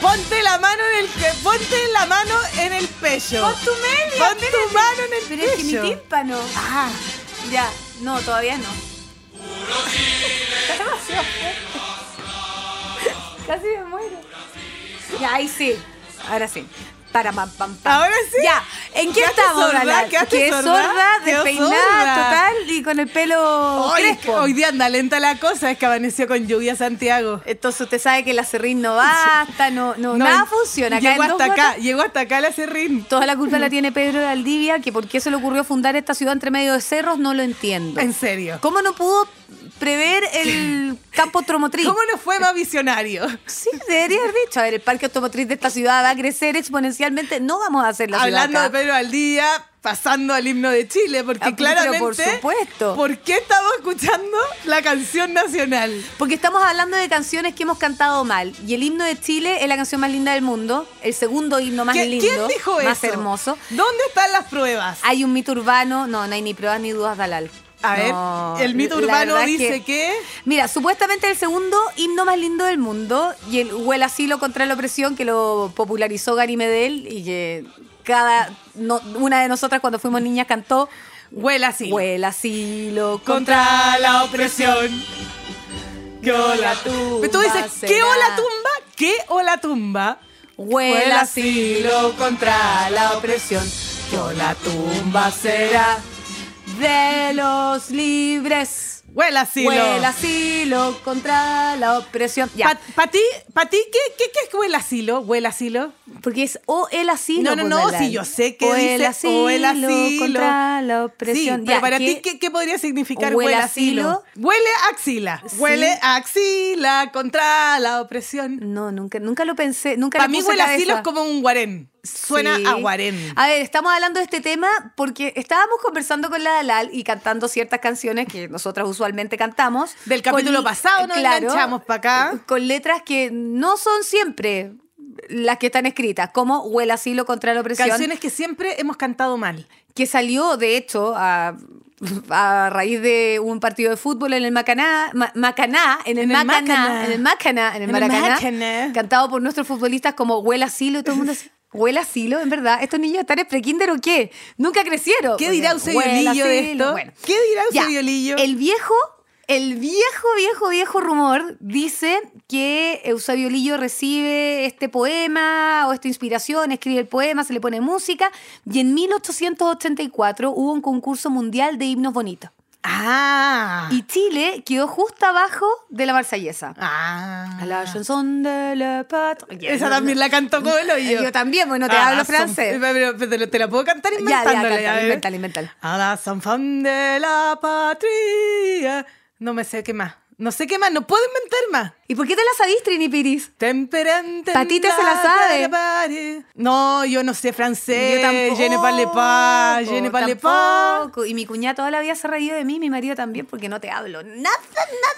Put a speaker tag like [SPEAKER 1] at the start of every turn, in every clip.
[SPEAKER 1] Ponte la mano en el que- ponte la mano en el pecho.
[SPEAKER 2] Pon tu media,
[SPEAKER 1] Pon tu mano en el
[SPEAKER 2] Pero
[SPEAKER 1] pecho.
[SPEAKER 2] es que mi tímpano.
[SPEAKER 1] Ah,
[SPEAKER 2] Ya, no, todavía no. Está demasiado fuerte. Casi me muero. Ya, ahí sí. Ahora sí. Para pam pam pam.
[SPEAKER 1] Ahora sí.
[SPEAKER 2] Ya. ¿En qué
[SPEAKER 1] Quedaste
[SPEAKER 2] estamos,
[SPEAKER 1] sorda,
[SPEAKER 2] Galán?
[SPEAKER 1] quedaste
[SPEAKER 2] Que es
[SPEAKER 1] sorda,
[SPEAKER 2] sorda,
[SPEAKER 1] quedó sorda.
[SPEAKER 2] despeinada total y con el pelo
[SPEAKER 1] hoy,
[SPEAKER 2] crespo.
[SPEAKER 1] hoy día anda lenta la cosa, es que amaneció con lluvia Santiago.
[SPEAKER 2] Entonces usted sabe que la serrín no basta, no, no,
[SPEAKER 1] No,
[SPEAKER 2] nada funciona. Acá
[SPEAKER 1] Llegó
[SPEAKER 2] en dos
[SPEAKER 1] hasta acá,
[SPEAKER 2] gotas-
[SPEAKER 1] llegó hasta acá la serrín.
[SPEAKER 2] Toda la culpa la tiene Pedro de Aldivia, que por qué se le ocurrió fundar esta ciudad entre medio de cerros, no lo entiendo.
[SPEAKER 1] En serio.
[SPEAKER 2] ¿Cómo no pudo prever el campo automotriz?
[SPEAKER 1] ¿Cómo no fue más visionario?
[SPEAKER 2] Sí, debería haber dicho. A ver, el parque automotriz de esta ciudad va a crecer exponencialmente. No vamos a hacer la ciudad
[SPEAKER 1] Hablando de
[SPEAKER 2] acá.
[SPEAKER 1] Pedro al día, pasando al himno de Chile, porque
[SPEAKER 2] Ah, pero
[SPEAKER 1] claramente.
[SPEAKER 2] por supuesto.
[SPEAKER 1] ¿Por qué estamos escuchando la canción nacional?
[SPEAKER 2] Porque estamos hablando de canciones que hemos cantado mal. Y el himno de Chile es la canción más linda del mundo. El segundo himno más
[SPEAKER 1] ¿Qui-
[SPEAKER 2] lindo.
[SPEAKER 1] ¿Quién dijo eso?
[SPEAKER 2] Más hermoso.
[SPEAKER 1] ¿Dónde están las pruebas?
[SPEAKER 2] Hay un mito urbano. No, no hay ni pruebas ni dudas, Dalal.
[SPEAKER 1] A ver,
[SPEAKER 2] No,
[SPEAKER 1] el mito
[SPEAKER 2] la
[SPEAKER 1] urbano
[SPEAKER 2] verdad es
[SPEAKER 1] dice que...
[SPEAKER 2] Mira, supuestamente el segundo himno más lindo del mundo y el Huel Asilo contra la opresión que lo popularizó Gary Medel y que cada no- una de nosotras cuando fuimos niñas cantó
[SPEAKER 1] Huela así.
[SPEAKER 2] Huel Asilo
[SPEAKER 1] Contra la opresión. Que hola tumba. Pero tú dices,
[SPEAKER 2] será.
[SPEAKER 1] ¿qué hola tumba? ¿Qué hola tumba?
[SPEAKER 2] Huel Asilo
[SPEAKER 1] contra
[SPEAKER 2] la opresión.
[SPEAKER 1] Que hola tumba será.
[SPEAKER 2] de los libres.
[SPEAKER 1] Huela asilo.
[SPEAKER 2] Huel Asilo contra la opresión. Ya,
[SPEAKER 1] Pa- pa' ti, pa' ti, ¿qué, qué, qué es huela asilo? ¿Huela asilo?
[SPEAKER 2] porque es o el asilo.
[SPEAKER 1] No, no,
[SPEAKER 2] pues,
[SPEAKER 1] no,
[SPEAKER 2] Dalal.
[SPEAKER 1] sí, yo sé que
[SPEAKER 2] o el
[SPEAKER 1] dice
[SPEAKER 2] asilo,
[SPEAKER 1] o el asilo.
[SPEAKER 2] contra la
[SPEAKER 1] Sí,
[SPEAKER 2] opresión.
[SPEAKER 1] pero
[SPEAKER 2] Ya,
[SPEAKER 1] para
[SPEAKER 2] que-
[SPEAKER 1] ti, ¿qué, qué podría significar
[SPEAKER 2] Huele
[SPEAKER 1] huele
[SPEAKER 2] a
[SPEAKER 1] asilo? Huele a axila.
[SPEAKER 2] Sí.
[SPEAKER 1] Huele a axila contra la opresión.
[SPEAKER 2] No, nunca, nunca lo pensé, nunca
[SPEAKER 1] Para
[SPEAKER 2] le
[SPEAKER 1] mí
[SPEAKER 2] puse
[SPEAKER 1] huele a asilo es
[SPEAKER 2] cabeza.
[SPEAKER 1] como un guarén. Suena
[SPEAKER 2] Sí.
[SPEAKER 1] a guarén.
[SPEAKER 2] A ver, estamos hablando de este tema porque estábamos conversando con la Dalal y cantando ciertas canciones que nosotras usualmente cantamos.
[SPEAKER 1] Del capítulo
[SPEAKER 2] Con- eh,
[SPEAKER 1] pasado nos enganchamos pa' acá.
[SPEAKER 2] Con letras que no son siempre las que están escritas, como Huele asilo contra la opresión,
[SPEAKER 1] Canciones que siempre hemos cantado mal.
[SPEAKER 2] que salió, de hecho, a, a raíz de un partido de fútbol en el Macaná, Ma- Macaná, en el,
[SPEAKER 1] En el
[SPEAKER 2] Macaná,
[SPEAKER 1] Macaná.
[SPEAKER 2] en el Macaná, en el
[SPEAKER 1] En el
[SPEAKER 2] Maracaná,
[SPEAKER 1] Macaná.
[SPEAKER 2] cantado por nuestros futbolistas como Huele asilo, y todo el mundo así, Huele asilo, en verdad, estos niños están en prekinder o qué, nunca crecieron.
[SPEAKER 1] ¿Qué dirá
[SPEAKER 2] Porque,
[SPEAKER 1] Eusebio
[SPEAKER 2] "Huele
[SPEAKER 1] Lillo de
[SPEAKER 2] asilo",
[SPEAKER 1] esto?
[SPEAKER 2] bueno.
[SPEAKER 1] ¿Qué dirá
[SPEAKER 2] Ya,
[SPEAKER 1] Eusebio Lillo?
[SPEAKER 2] El viejo, el viejo, viejo, viejo rumor dice que Eusebio Lillo recibe este poema o esta inspiración, escribe el poema, se le pone música y en 1884 hubo un concurso mundial de himnos bonitos.
[SPEAKER 1] Ah.
[SPEAKER 2] Y Chile quedó justo abajo de la marsellesa.
[SPEAKER 1] ah.
[SPEAKER 2] A la chanson de la patria.
[SPEAKER 1] Esa también la cantó como el oído.
[SPEAKER 2] Yo también, bueno, te
[SPEAKER 1] Ah,
[SPEAKER 2] hablo
[SPEAKER 1] son-
[SPEAKER 2] francés.
[SPEAKER 1] Pero, pero te, lo- te la puedo cantar
[SPEAKER 2] Ya, ya,
[SPEAKER 1] inventándola.
[SPEAKER 2] cántala,
[SPEAKER 1] ver.
[SPEAKER 2] inventala, inventala.
[SPEAKER 1] A la San Fan de la patria. No me sé qué más. No sé qué más. No puedo inventar más.
[SPEAKER 2] ¿Y por qué te la sabís, Trini Piris?
[SPEAKER 1] Temperante.
[SPEAKER 2] Patita se la sabe.
[SPEAKER 1] sabe. No, yo no sé francés. Je ne parle pas, je ne parle pas.
[SPEAKER 2] tampoco. Y mi cuñada toda la vida se ha reído de mí, mi marido también, porque no te hablo. Nada,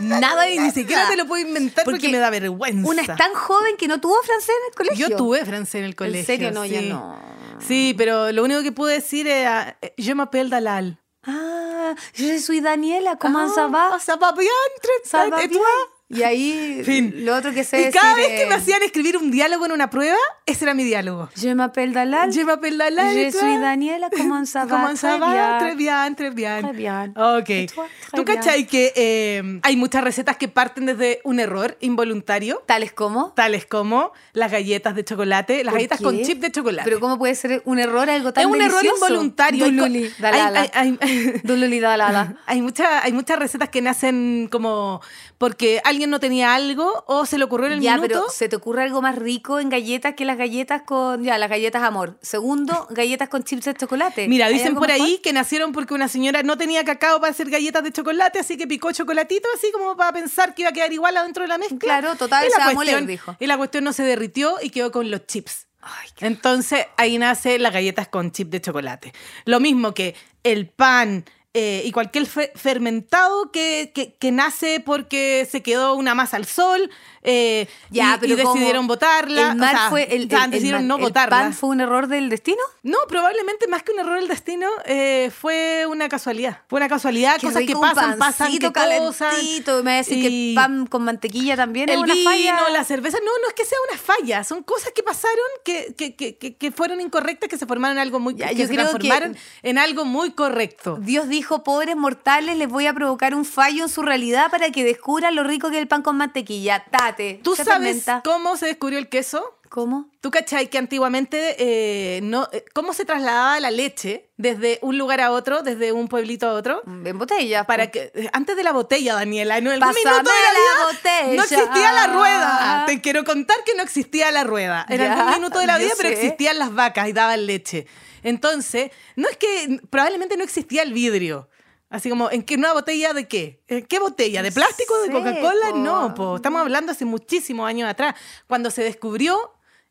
[SPEAKER 2] nada.
[SPEAKER 1] Nada y ni
[SPEAKER 2] nada.
[SPEAKER 1] siquiera te lo puedo inventar porque, me da vergüenza.
[SPEAKER 2] Una es tan joven que no tuvo francés en el colegio.
[SPEAKER 1] Yo tuve francés en el colegio.
[SPEAKER 2] ¿En serio? No, yo
[SPEAKER 1] sí.
[SPEAKER 2] no.
[SPEAKER 1] Sí, pero lo único que pude decir era, eh, je m'appelle Dalal.
[SPEAKER 2] Ah, yo soy Daniela, ¿cómo se
[SPEAKER 1] Ah,
[SPEAKER 2] va?
[SPEAKER 1] Ça va bien, très
[SPEAKER 2] Ça va
[SPEAKER 1] bien, et
[SPEAKER 2] bien?
[SPEAKER 1] toi?
[SPEAKER 2] Y ahí,
[SPEAKER 1] Fin.
[SPEAKER 2] lo otro que sé
[SPEAKER 1] Y cada
[SPEAKER 2] decir
[SPEAKER 1] vez que
[SPEAKER 2] es, eh,
[SPEAKER 1] me hacían escribir un diálogo en una prueba, ese era mi diálogo.
[SPEAKER 2] Je m'appelle Dalal,
[SPEAKER 1] Je m'appelle Dalal. et
[SPEAKER 2] je
[SPEAKER 1] toi?
[SPEAKER 2] soy Daniela, ¿cómo se va?
[SPEAKER 1] ¿Cómo ça
[SPEAKER 2] Très
[SPEAKER 1] va?
[SPEAKER 2] bien.
[SPEAKER 1] Très bien, très bien.
[SPEAKER 2] Très bien. Et
[SPEAKER 1] Ok.
[SPEAKER 2] toi?
[SPEAKER 1] ¿Tú
[SPEAKER 2] Très bien.
[SPEAKER 1] cachai que eh, hay muchas recetas que parten desde un error involuntario?
[SPEAKER 2] ¿Tales como?
[SPEAKER 1] Tales como las galletas de chocolate, las
[SPEAKER 2] ¿Por
[SPEAKER 1] galletas
[SPEAKER 2] qué?
[SPEAKER 1] con chip de chocolate.
[SPEAKER 2] Pero ¿cómo puede ser un error algo tan
[SPEAKER 1] es un error
[SPEAKER 2] delicioso?
[SPEAKER 1] involuntario. Hay co-
[SPEAKER 2] Dululi,
[SPEAKER 1] hay-
[SPEAKER 2] dalala.
[SPEAKER 1] hay- hay-
[SPEAKER 2] Dululi, dalala.
[SPEAKER 1] Hay, mucha- hay muchas recetas que nacen como porque alguien no tenía algo o se le ocurrió en el
[SPEAKER 2] Ya,
[SPEAKER 1] minuto.
[SPEAKER 2] pero ¿se te ocurre algo más rico en galletas que las galletas con. Ya, las galletas amor. Segundo, galletas con chips de chocolate.
[SPEAKER 1] Mira,
[SPEAKER 2] ¿Hay
[SPEAKER 1] dicen
[SPEAKER 2] algo
[SPEAKER 1] por
[SPEAKER 2] mejor?
[SPEAKER 1] ahí que nacieron porque una señora no tenía cacao para hacer galletas de chocolate, así que picó chocolatito, así como para pensar que iba a quedar igual adentro de la mezcla.
[SPEAKER 2] Claro, total,
[SPEAKER 1] y
[SPEAKER 2] se va
[SPEAKER 1] la,
[SPEAKER 2] a moler,
[SPEAKER 1] cuestión,
[SPEAKER 2] dijo.
[SPEAKER 1] y la cuestión no se derritió y quedó con los chips.
[SPEAKER 2] Ay, qué-
[SPEAKER 1] Entonces ahí nace las galletas con chip de chocolate. Lo mismo que el pan eh, y cualquier fe- fermentado que, que- que nace porque se quedó una masa al sol, eh,
[SPEAKER 2] Ya,
[SPEAKER 1] y,
[SPEAKER 2] pero
[SPEAKER 1] y decidieron
[SPEAKER 2] como
[SPEAKER 1] votarla.
[SPEAKER 2] El mar
[SPEAKER 1] o sea,
[SPEAKER 2] fue el,
[SPEAKER 1] o sea,
[SPEAKER 2] el- el
[SPEAKER 1] decidieron
[SPEAKER 2] mar-
[SPEAKER 1] no
[SPEAKER 2] el
[SPEAKER 1] votarla.
[SPEAKER 2] pan fue un error del destino.
[SPEAKER 1] No, probablemente más que un error del destino, eh, fue una casualidad. Fue una casualidad,
[SPEAKER 2] Qué
[SPEAKER 1] cosas
[SPEAKER 2] rico,
[SPEAKER 1] que
[SPEAKER 2] un
[SPEAKER 1] pasan, pasan, que
[SPEAKER 2] pancito
[SPEAKER 1] causan.
[SPEAKER 2] calentito, y me va a decir
[SPEAKER 1] Y-
[SPEAKER 2] que pan con mantequilla también
[SPEAKER 1] El
[SPEAKER 2] es una
[SPEAKER 1] vino,
[SPEAKER 2] falla.
[SPEAKER 1] la cerveza, no, no es que sea una falla, son cosas que pasaron que, que, que, que, que fueron incorrectas, que se formaron algo muy
[SPEAKER 2] Ya,
[SPEAKER 1] que
[SPEAKER 2] yo
[SPEAKER 1] se
[SPEAKER 2] creo que-
[SPEAKER 1] transformaron en algo muy correcto.
[SPEAKER 2] Dios dijo, pobres mortales, les voy a provocar un fallo en su realidad para que descubran lo rico que es el pan con mantequilla. Tate.
[SPEAKER 1] ¿Tú
[SPEAKER 2] se
[SPEAKER 1] sabes
[SPEAKER 2] fermenta.
[SPEAKER 1] cómo se descubrió el queso?
[SPEAKER 2] cómo?
[SPEAKER 1] ¿Tú cachai que antiguamente eh, no, eh, cómo se trasladaba la leche desde un lugar a otro, desde un pueblito a otro?
[SPEAKER 2] En pues. botellas.
[SPEAKER 1] Para
[SPEAKER 2] po.
[SPEAKER 1] que eh, antes de la botella, Daniela, en algún
[SPEAKER 2] Pásame
[SPEAKER 1] minuto de
[SPEAKER 2] la
[SPEAKER 1] la vida,
[SPEAKER 2] botella. Ah.
[SPEAKER 1] no existía la rueda. Te quiero contar que no existía la rueda. En
[SPEAKER 2] Ya,
[SPEAKER 1] algún minuto de la
[SPEAKER 2] yo
[SPEAKER 1] vida, pero
[SPEAKER 2] sé.
[SPEAKER 1] existían las vacas y daban leche. Entonces, no es que probablemente no existía el vidrio. Así como, ¿en qué nueva botella de qué? ¿En qué botella? ¿De
[SPEAKER 2] No
[SPEAKER 1] plástico? ¿De
[SPEAKER 2] sé,
[SPEAKER 1] Coca-Cola?
[SPEAKER 2] po.
[SPEAKER 1] No, po. Estamos hablando hace muchísimos años atrás, cuando se descubrió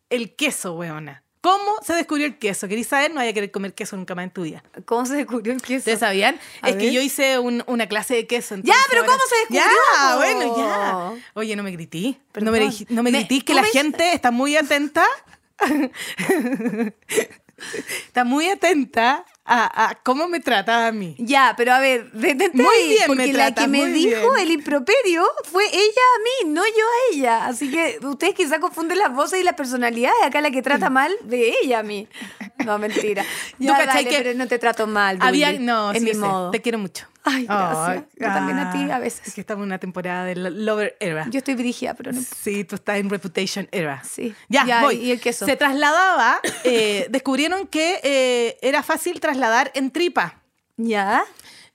[SPEAKER 1] el queso, weona. ¿Cómo se descubrió el queso? ¿Querís saber? No vaya a querer comer queso nunca más en tu vida.
[SPEAKER 2] ¿Cómo se descubrió el queso?
[SPEAKER 1] ¿Ustedes sabían?
[SPEAKER 2] A
[SPEAKER 1] es que
[SPEAKER 2] ver.
[SPEAKER 1] yo hice un- una clase de queso.
[SPEAKER 2] Ya,
[SPEAKER 1] entonces
[SPEAKER 2] pero
[SPEAKER 1] ahora-
[SPEAKER 2] ¿cómo se descubrió,
[SPEAKER 1] Ya,
[SPEAKER 2] po?
[SPEAKER 1] bueno, ya. Oye, no me grití. No me,
[SPEAKER 2] Perdón.
[SPEAKER 1] dij- no me
[SPEAKER 2] Me-
[SPEAKER 1] gritís, que
[SPEAKER 2] tú
[SPEAKER 1] la
[SPEAKER 2] me-
[SPEAKER 1] gente está muy atenta. está muy atenta a, a cómo me trata a mí.
[SPEAKER 2] Ya, pero a ver, detente
[SPEAKER 1] Muy
[SPEAKER 2] ahí,
[SPEAKER 1] bien me
[SPEAKER 2] porque la
[SPEAKER 1] tratas,
[SPEAKER 2] que me
[SPEAKER 1] muy
[SPEAKER 2] dijo
[SPEAKER 1] bien.
[SPEAKER 2] el improperio fue ella a mí, no yo a ella. Así que ustedes quizás confunden las voces y las personalidades. Acá la que trata mal de ella a mí. No, mentira.
[SPEAKER 1] Mm. ¿Tú
[SPEAKER 2] Ya,
[SPEAKER 1] cachai
[SPEAKER 2] dale,
[SPEAKER 1] que
[SPEAKER 2] pero no te trato mal,
[SPEAKER 1] Había,
[SPEAKER 2] Bully.
[SPEAKER 1] no,
[SPEAKER 2] es
[SPEAKER 1] sí,
[SPEAKER 2] mi
[SPEAKER 1] yo sé.
[SPEAKER 2] modo.
[SPEAKER 1] Te quiero mucho.
[SPEAKER 2] Ay, gracias.
[SPEAKER 1] Ay, ah.
[SPEAKER 2] Yo también a ti a veces.
[SPEAKER 1] Es que estamos en una temporada de lo- Lover Era.
[SPEAKER 2] Yo estoy dirigida, pero no.
[SPEAKER 1] Sí, tú estás en Reputation Era.
[SPEAKER 2] Sí.
[SPEAKER 1] Ya, voy.
[SPEAKER 2] Y el queso.
[SPEAKER 1] Se trasladaba, eh, descubrieron que eh, era fácil trasladar en tripa.
[SPEAKER 2] Ya.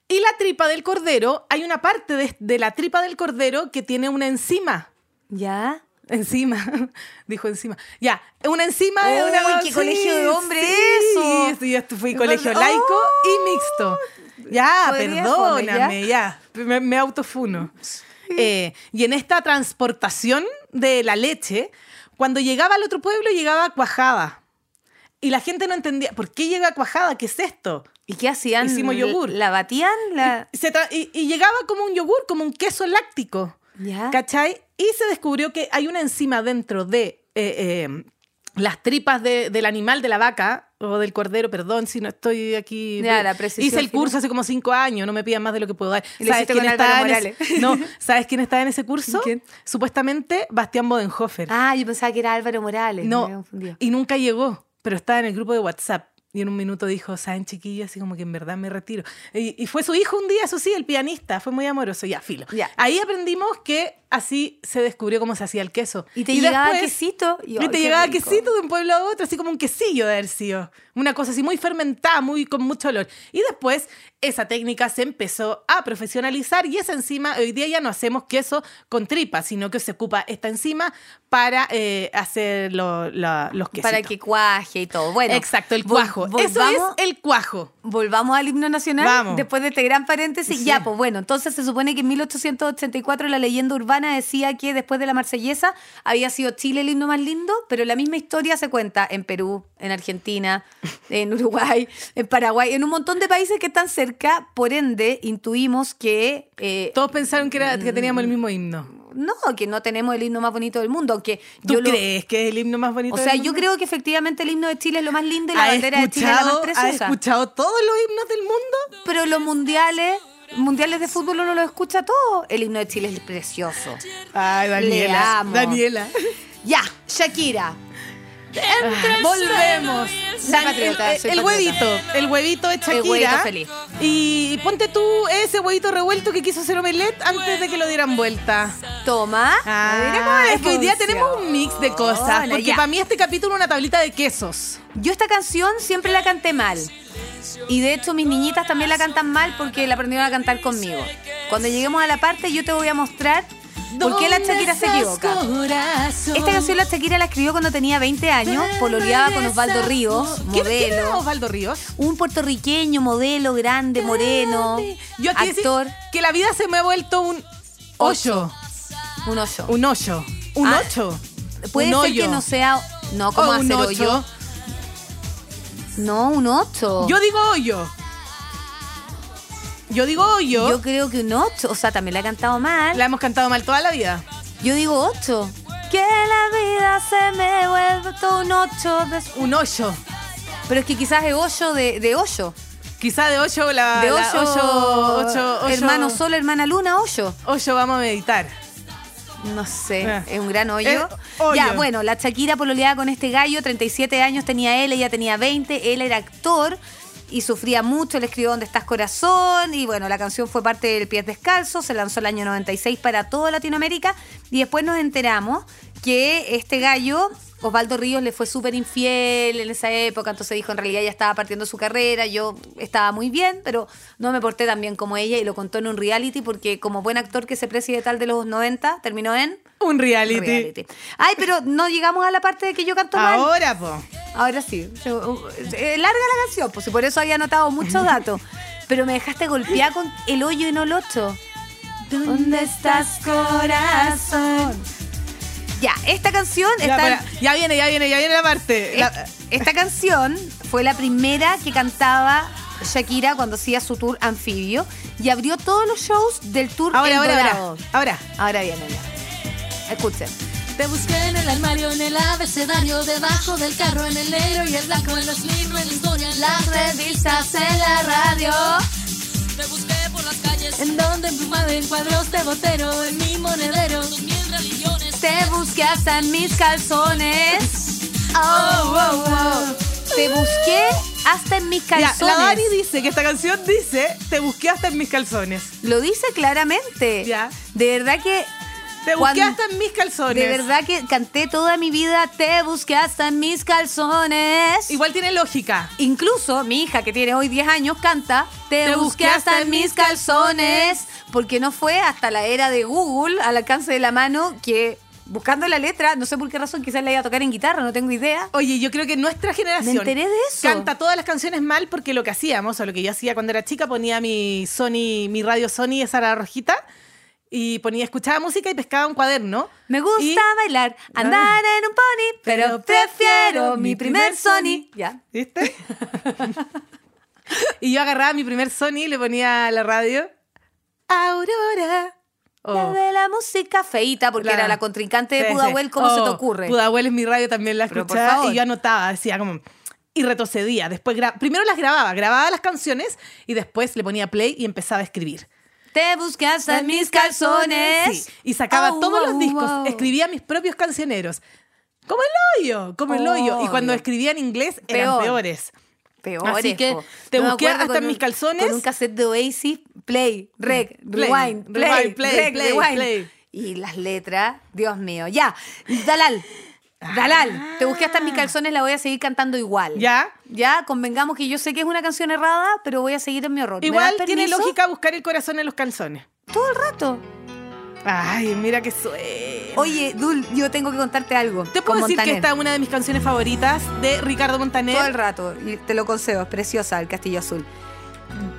[SPEAKER 1] Y la tripa del cordero, hay una parte de, de la tripa del cordero que tiene una enzima.
[SPEAKER 2] Ya.
[SPEAKER 1] Enzima, dijo encima. Ya, una enzima de
[SPEAKER 2] Uy,
[SPEAKER 1] una.
[SPEAKER 2] qué colegio de hombre eso.
[SPEAKER 1] Oh, Sí, yo estu- fui
[SPEAKER 2] Qué
[SPEAKER 1] colegio
[SPEAKER 2] padre.
[SPEAKER 1] laico
[SPEAKER 2] Oh.
[SPEAKER 1] y mixto. Ya,
[SPEAKER 2] Podría
[SPEAKER 1] perdóname, ya. Me, me autofuno. Eh, y en esta transportación de la leche, cuando llegaba al otro pueblo, llegaba cuajada. Y la gente no entendía, ¿por qué llega cuajada? ¿Qué es esto?
[SPEAKER 2] ¿Y qué hacían?
[SPEAKER 1] Hicimos yogur.
[SPEAKER 2] ¿La batían? La...
[SPEAKER 1] Se tra- y, y llegaba como un yogur, como un queso láctico.
[SPEAKER 2] Ya.
[SPEAKER 1] ¿Cachai? Y se descubrió que hay una enzima dentro de eh, eh, las tripas de- del animal, de la vaca o del cordero, perdón, si no estoy aquí.
[SPEAKER 2] Ya, la precisión
[SPEAKER 1] Hice el
[SPEAKER 2] final.
[SPEAKER 1] curso hace como cinco años, no me pidan más de lo que puedo dar.
[SPEAKER 2] Y lo hiciste con
[SPEAKER 1] estaba
[SPEAKER 2] Álvaro
[SPEAKER 1] en ese, no, ¿Sabes quién está en ese curso?
[SPEAKER 2] ¿Quién?
[SPEAKER 1] Supuestamente Bastián Bodenhofer.
[SPEAKER 2] Ah, yo pensaba que era Álvaro Morales. me había
[SPEAKER 1] no,
[SPEAKER 2] confundido.
[SPEAKER 1] y nunca llegó, pero estaba en el grupo de WhatsApp. Y en un minuto dijo, ¿saben, chiquillos? Así como que en verdad me retiro. Y, y fue su hijo un día, eso sí, el pianista, fue muy amoroso, ya, filo.
[SPEAKER 2] Ya.
[SPEAKER 1] Ahí aprendimos que así se descubrió cómo se hacía el queso.
[SPEAKER 2] Y te llegaba
[SPEAKER 1] después-
[SPEAKER 2] quesito. Y,
[SPEAKER 1] y
[SPEAKER 2] ay,
[SPEAKER 1] te
[SPEAKER 2] qué
[SPEAKER 1] llegaba
[SPEAKER 2] rico.
[SPEAKER 1] quesito de un pueblo a otro, así como un quesillo de haber sido. Una cosa así muy fermentada, muy, con mucho olor. Y después esa técnica se empezó a profesionalizar y esa enzima, hoy día ya no hacemos queso con tripa, sino que se ocupa esta enzima para eh, hacer lo- la- los quesitos.
[SPEAKER 2] Para que cuaje y todo. Bueno.
[SPEAKER 1] Exacto, el
[SPEAKER 2] vol-
[SPEAKER 1] cuajo.
[SPEAKER 2] vol-
[SPEAKER 1] Eso
[SPEAKER 2] vamos-
[SPEAKER 1] es el cuajo.
[SPEAKER 2] Volvamos al himno nacional
[SPEAKER 1] Vamos.
[SPEAKER 2] después de este gran paréntesis.
[SPEAKER 1] Sí.
[SPEAKER 2] Ya, pues bueno, entonces se supone que en 1884 la leyenda urbana decía que después de la marsellesa había sido Chile el himno más lindo, pero la misma historia se cuenta en Perú, en Argentina, en Uruguay, en Paraguay, en un montón de países que están cerca. Por ende, intuimos que... eh,
[SPEAKER 1] Todos pensaron que, era, que teníamos el mismo himno.
[SPEAKER 2] no, que no tenemos el himno más bonito del mundo, aunque
[SPEAKER 1] ¿Tú
[SPEAKER 2] yo lo-
[SPEAKER 1] crees que es el himno más bonito
[SPEAKER 2] O
[SPEAKER 1] del
[SPEAKER 2] sea, yo
[SPEAKER 1] mundo?
[SPEAKER 2] creo que efectivamente el himno de Chile es lo más lindo y la
[SPEAKER 1] ¿Ha
[SPEAKER 2] bandera de Chile es la más
[SPEAKER 1] escuchado- ¿Ha
[SPEAKER 2] preciosa.
[SPEAKER 1] escuchado todos los himnos del mundo?
[SPEAKER 2] Pero los mundiales, mundiales de fútbol uno lo escucha todo. El himno de Chile es precioso.
[SPEAKER 1] Ay, Daniela.
[SPEAKER 2] amo.
[SPEAKER 1] Daniela.
[SPEAKER 2] Ya, Shakira.
[SPEAKER 1] Ah, Volvemos.
[SPEAKER 2] Soy
[SPEAKER 1] Dan-
[SPEAKER 2] patriota,
[SPEAKER 1] el,
[SPEAKER 2] soy
[SPEAKER 1] el
[SPEAKER 2] patriota.
[SPEAKER 1] huevito, el huevito de Shakira.
[SPEAKER 2] huevito feliz.
[SPEAKER 1] Y ponte tú ese huevito revuelto que quiso hacer omelette antes de que lo dieran vuelta.
[SPEAKER 2] Ah, Toma. Mira cómo
[SPEAKER 1] Ah, es que hoy día
[SPEAKER 2] funciona.
[SPEAKER 1] tenemos un mix de cosas. Porque
[SPEAKER 2] Oh, Ya.
[SPEAKER 1] para mí este capítulo es una tablita de quesos.
[SPEAKER 2] Yo esta canción siempre la canté mal. Y de hecho mis niñitas también la cantan mal porque la aprendieron a cantar conmigo. Cuando lleguemos a la parte yo te voy a mostrar por qué la Shakira se equivoca. Esta canción la Shakira la escribió cuando tenía 20 años, pololeaba con Osvaldo Ríos,
[SPEAKER 1] ¿Quién, quién era
[SPEAKER 2] modelo,
[SPEAKER 1] Osvaldo Ríos?
[SPEAKER 2] un puertorriqueño modelo grande, moreno,
[SPEAKER 1] Yo aquí decir
[SPEAKER 2] actor,
[SPEAKER 1] que la vida se me ha vuelto un hoyo.
[SPEAKER 2] un hoyo.
[SPEAKER 1] Un hoyo. Un
[SPEAKER 2] Ah,
[SPEAKER 1] ocho.
[SPEAKER 2] Puede
[SPEAKER 1] un
[SPEAKER 2] ser
[SPEAKER 1] hoyo.
[SPEAKER 2] que no sea, no, como
[SPEAKER 1] O un
[SPEAKER 2] hacer
[SPEAKER 1] ocho.
[SPEAKER 2] hoyo? No, un 8.
[SPEAKER 1] Yo digo hoyo. Yo digo hoyo.
[SPEAKER 2] creo que un 8, o sea, también la he cantado mal.
[SPEAKER 1] La hemos cantado mal toda la vida.
[SPEAKER 2] Yo digo 8. Que la vida se me vuelve todo un 8 de...
[SPEAKER 1] Un hoyo.
[SPEAKER 2] Pero es que quizás es 8 de, de 8.
[SPEAKER 1] Quizá de hoyo Ah, la.
[SPEAKER 2] De 8,
[SPEAKER 1] la hoyo- hoyo- hoyo-
[SPEAKER 2] Hermano Sol, hermana Luna, 8.
[SPEAKER 1] Hoyo vamos a meditar.
[SPEAKER 2] No sé,
[SPEAKER 1] Ah.
[SPEAKER 2] es un gran hoyo.
[SPEAKER 1] Eh, hoyo.
[SPEAKER 2] Ya, bueno, la Shakira pololeaba con este gallo, 37 años tenía él, ella tenía 20, él era actor y sufría mucho, le escribió Donde estás corazón y bueno, la canción fue parte del Pies Descalzo, se lanzó el año 96 para toda Latinoamérica y después nos enteramos que este gallo, Osvaldo Ríos, le fue súper infiel en esa época, entonces dijo en realidad ya estaba partiendo su carrera, yo estaba muy bien, pero no me porté tan bien como ella y lo contó en un reality porque como buen actor que se preside tal de los 90, terminó en...
[SPEAKER 1] Un reality.
[SPEAKER 2] Reality. Ay, pero no llegamos a la parte de que yo canto mal.
[SPEAKER 1] Ahora, po.
[SPEAKER 2] Ahora sí. Yo, eh, larga la canción, pues y por eso había anotado muchos datos. Pero me dejaste golpear con el hoyo y no el ocho. ¿Dónde estás, corazón? Ya, esta canción
[SPEAKER 1] Ya,
[SPEAKER 2] está.
[SPEAKER 1] para- ya viene, ya viene, ya viene la parte. La-
[SPEAKER 2] Es- Esta canción fue la primera que cantaba Shakira cuando hacía su tour anfibio y abrió todos los shows del tour
[SPEAKER 1] ahora,
[SPEAKER 2] El
[SPEAKER 1] ahora,
[SPEAKER 2] Dorado.
[SPEAKER 1] ahora. Ahora.
[SPEAKER 2] Ahora viene ya. Escuchen.
[SPEAKER 3] Te busqué en el armario, en el abecedario, debajo del carro, en el negro y el blanco, en los libros, en la historia, en las revistas, en la radio. Te busqué por las calles, en donde emplumada en cuadros de botero, en mi monedero, dos mil religiones.
[SPEAKER 2] Te busqué hasta en mis calzones. Oh, oh, oh. Te busqué hasta en mis
[SPEAKER 1] Ya,
[SPEAKER 2] calzones.
[SPEAKER 1] la Dani dice que esta canción dice: Te busqué hasta en mis calzones.
[SPEAKER 2] Lo dice claramente.
[SPEAKER 1] Ya.
[SPEAKER 2] De verdad que.
[SPEAKER 1] Te busqué
[SPEAKER 2] cuando-
[SPEAKER 1] hasta en mis calzones.
[SPEAKER 2] De verdad que canté toda mi vida. Te busqué hasta en mis calzones.
[SPEAKER 1] Igual tiene lógica.
[SPEAKER 2] Incluso mi hija, que tiene hoy 10 años, canta Te, busqué hasta en mis calzones. Porque no fue hasta la era de Google, al alcance de la mano, que buscando la letra, no sé por qué razón, quizás la iba a tocar en guitarra, no tengo idea.
[SPEAKER 1] Oye, yo creo que nuestra generación.
[SPEAKER 2] Me enteré de eso.
[SPEAKER 1] Canta todas las canciones mal porque lo que hacíamos, o lo que yo hacía cuando era chica, ponía mi Sony, mi radio Sony, esa era rojita, y ponía, escuchaba música y pescaba un cuaderno.
[SPEAKER 2] Me gusta
[SPEAKER 1] Y-
[SPEAKER 2] bailar, andar en un pony, pero prefiero mi primer Sony. Ya.
[SPEAKER 1] ¿Viste? y yo agarraba mi primer Sony y le ponía a la radio. Aurora. O-
[SPEAKER 2] La de la música feita, porque
[SPEAKER 1] La-
[SPEAKER 2] era la contrincante de
[SPEAKER 1] Sí,
[SPEAKER 2] Pudahuel,
[SPEAKER 1] sí.
[SPEAKER 2] ¿cómo se te
[SPEAKER 1] Oh,
[SPEAKER 2] ocurre?
[SPEAKER 1] Pudahuel es mi radio, también la
[SPEAKER 2] Pero por
[SPEAKER 1] escuchaba
[SPEAKER 2] favor.
[SPEAKER 1] y yo anotaba, decía como... Y retrocedía. Después gra- Primero las grababa, grababa las canciones y después le ponía play y empezaba a escribir.
[SPEAKER 2] Te busqué hasta en mis calzones. Oh,
[SPEAKER 1] Sí, Y sacaba
[SPEAKER 2] Au,
[SPEAKER 1] todos
[SPEAKER 2] au,
[SPEAKER 1] los discos,
[SPEAKER 2] au.
[SPEAKER 1] escribía mis propios cancioneros. Como el hoyo, como el hoyo. Y cuando
[SPEAKER 2] Obvio.
[SPEAKER 1] escribía en inglés
[SPEAKER 2] Peor.
[SPEAKER 1] eran peores.
[SPEAKER 2] Peores,
[SPEAKER 1] Así que
[SPEAKER 2] po.
[SPEAKER 1] te
[SPEAKER 2] me
[SPEAKER 1] busqué
[SPEAKER 2] acuerdo
[SPEAKER 1] hasta
[SPEAKER 2] con
[SPEAKER 1] en mis calzones.
[SPEAKER 2] Con un cassette de Oasis, play, rec,
[SPEAKER 1] Play,
[SPEAKER 2] rewind, play,
[SPEAKER 1] rewind, play,
[SPEAKER 2] rec,
[SPEAKER 1] play,
[SPEAKER 2] rewind.
[SPEAKER 1] play.
[SPEAKER 2] Y las letras, Dios mío. Ya, Dalal,
[SPEAKER 1] Ah.
[SPEAKER 2] Dalal, te busqué hasta en mis calzones, la voy a seguir cantando igual.
[SPEAKER 1] ¿Ya?
[SPEAKER 2] Ya, convengamos que yo sé que es una canción errada, pero voy a seguir en mi horror. ¿Me
[SPEAKER 1] Igual
[SPEAKER 2] das
[SPEAKER 1] tiene
[SPEAKER 2] permiso?
[SPEAKER 1] lógica buscar el corazón en los calzones.
[SPEAKER 2] Todo el rato.
[SPEAKER 1] Ay, mira qué suena.
[SPEAKER 2] Oye, Dul, yo tengo que contarte algo.
[SPEAKER 1] Te puedo
[SPEAKER 2] con
[SPEAKER 1] decir que
[SPEAKER 2] Montaner.
[SPEAKER 1] esta es una de mis canciones favoritas de Ricardo Montaner.
[SPEAKER 2] Todo el rato, y te lo concedo, es preciosa el Castillo Azul.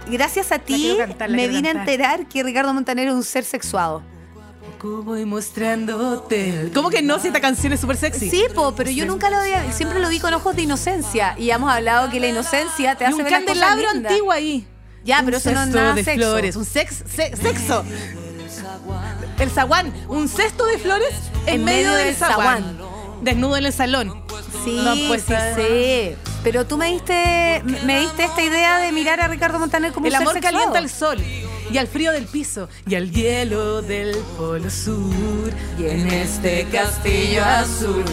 [SPEAKER 2] Gracias a ti
[SPEAKER 1] quiero cantar, la
[SPEAKER 2] me
[SPEAKER 1] quiero
[SPEAKER 2] vine a
[SPEAKER 1] cantar.
[SPEAKER 2] enterar que Ricardo Montaner es un ser sexuado.
[SPEAKER 1] Como voy mostrándote. ¿Cómo que no si esta canción es súper sexy?
[SPEAKER 2] Sí, po, pero yo nunca lo había, siempre lo vi con ojos de inocencia y hemos hablado que la inocencia te
[SPEAKER 1] Y
[SPEAKER 2] hace
[SPEAKER 1] un
[SPEAKER 2] ver las cosas
[SPEAKER 1] candelabro
[SPEAKER 2] lindas.
[SPEAKER 1] antiguo ahí.
[SPEAKER 2] Ya,
[SPEAKER 1] Un
[SPEAKER 2] pero eso no es
[SPEAKER 1] cesto
[SPEAKER 2] nada
[SPEAKER 1] de
[SPEAKER 2] sexo.
[SPEAKER 1] flores, un sex, se- sexo. El zaguán, un cesto de flores en, medio del zaguán. Desnudo en el salón.
[SPEAKER 2] Sí,
[SPEAKER 1] No, pues,
[SPEAKER 2] sí,
[SPEAKER 1] ah.
[SPEAKER 2] sí. Pero tú me diste, me diste esta idea de mirar a Ricardo Montaner como
[SPEAKER 1] El
[SPEAKER 2] un ser
[SPEAKER 1] amor
[SPEAKER 2] sexuado.
[SPEAKER 1] calienta al sol y al frío del piso y al hielo del polo sur.
[SPEAKER 2] Y en este castillo azul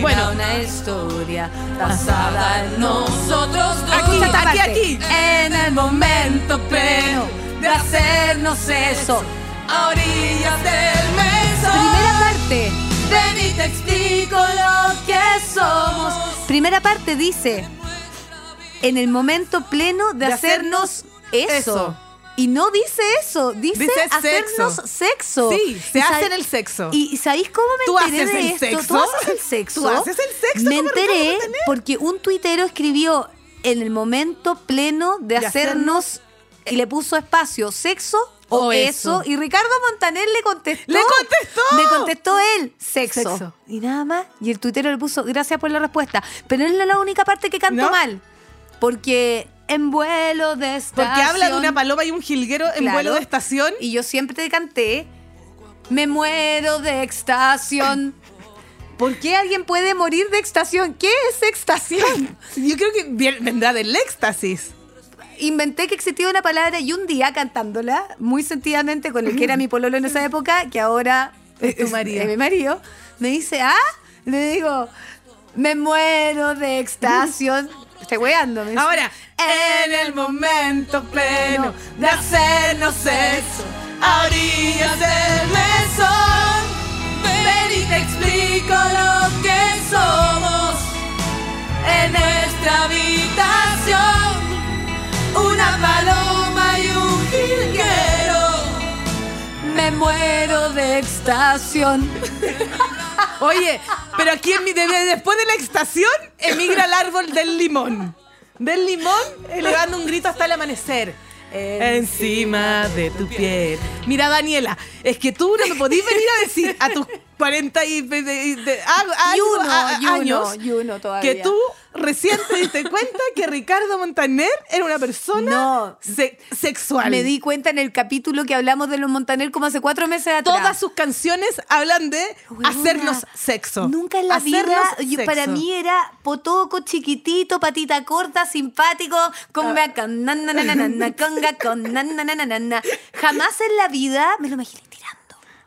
[SPEAKER 1] Bueno.
[SPEAKER 2] una historia basada en nosotros dos.
[SPEAKER 1] Aquí, aquí, aquí.
[SPEAKER 2] En el momento pleno de hacernos eso.
[SPEAKER 1] A orillas del mes.
[SPEAKER 2] Primera parte.
[SPEAKER 1] Ven y te explico lo que somos.
[SPEAKER 2] Primera parte dice. En el momento pleno de,
[SPEAKER 1] De
[SPEAKER 2] hacernos
[SPEAKER 1] hacernos
[SPEAKER 2] eso.
[SPEAKER 1] eso.
[SPEAKER 2] Y no dice eso, dice,
[SPEAKER 1] Dice
[SPEAKER 2] hacernos
[SPEAKER 1] sexo.
[SPEAKER 2] sexo.
[SPEAKER 1] Sí, se
[SPEAKER 2] Y sabe-
[SPEAKER 1] hacen el sexo.
[SPEAKER 2] ¿Y, y sabéis cómo me
[SPEAKER 1] ¿Tú
[SPEAKER 2] enteré
[SPEAKER 1] haces
[SPEAKER 2] de
[SPEAKER 1] el
[SPEAKER 2] esto? ¿Tú
[SPEAKER 1] sexo?
[SPEAKER 2] haces el sexo?
[SPEAKER 1] ¿Tú haces el sexo
[SPEAKER 2] Me
[SPEAKER 1] como Ricardo
[SPEAKER 2] enteré
[SPEAKER 1] Montaner?
[SPEAKER 2] porque un tuitero escribió en el momento pleno de,
[SPEAKER 1] hacernos-
[SPEAKER 2] hacernos, y le puso espacio, sexo o,
[SPEAKER 1] O
[SPEAKER 2] eso.
[SPEAKER 1] eso.
[SPEAKER 2] Y Ricardo Montaner le contestó.
[SPEAKER 1] ¡Le contestó!
[SPEAKER 2] Me contestó él, sexo.
[SPEAKER 1] Sexo.
[SPEAKER 2] Y nada más. Y el tuitero le puso, gracias por la respuesta. Pero es la única parte que canto
[SPEAKER 1] ¿No?
[SPEAKER 2] mal. Porque en vuelo de
[SPEAKER 1] Porque habla de
[SPEAKER 2] estación-
[SPEAKER 1] una paloma y un jilguero en
[SPEAKER 2] Claro.
[SPEAKER 1] vuelo de estación.
[SPEAKER 2] y yo siempre te canté Me muero de extasión. ¿Por qué alguien puede morir de extasión? ¿Qué es extasión?
[SPEAKER 1] Yo creo que viene- vendrá del éxtasis.
[SPEAKER 2] Inventé que existía una palabra y un día cantándola, muy sentidamente con el que era mi pololo en esa época, que ahora
[SPEAKER 1] Es tu marido.
[SPEAKER 2] es mi marido, me dice, ah, le digo, me muero de extasión. Estoy weando, me dice.
[SPEAKER 1] Ahora, en el momento pleno de hacernos sexo, a orillas del mesón, ven y te explico lo que somos en nuestra habitación. Una paloma y un jilguero.
[SPEAKER 2] me muero de extasión.
[SPEAKER 1] Oye, pero aquí en mi, de- de- después de la estación emigra el árbol del limón. Del limón, elevando un grito hasta el amanecer. Encima de tu piel. Mira, Daniela, es que tú no me podías venir a decir a tus 40 y, de- de- de- a- a-
[SPEAKER 2] Y uno,
[SPEAKER 1] a- a-
[SPEAKER 2] y uno,
[SPEAKER 1] años
[SPEAKER 2] y uno todavía.
[SPEAKER 1] que tú recién te diste cuenta que Ricardo Montaner era una persona
[SPEAKER 2] No.
[SPEAKER 1] se- sexual.
[SPEAKER 2] Me di cuenta en el capítulo que hablamos de los Montaner como hace cuatro meses atrás.
[SPEAKER 1] Todas sus canciones hablan de
[SPEAKER 2] Weona,
[SPEAKER 1] hacernos sexo.
[SPEAKER 2] Nunca en la vida.
[SPEAKER 1] Hacernos
[SPEAKER 2] yo- para
[SPEAKER 1] sexo.
[SPEAKER 2] mí era potoco, chiquitito, patita corta, simpático, con me con na, na, na, na, na, na, conga con na, na, na, na, na, na. Jamás en la vida me lo imaginé tirando.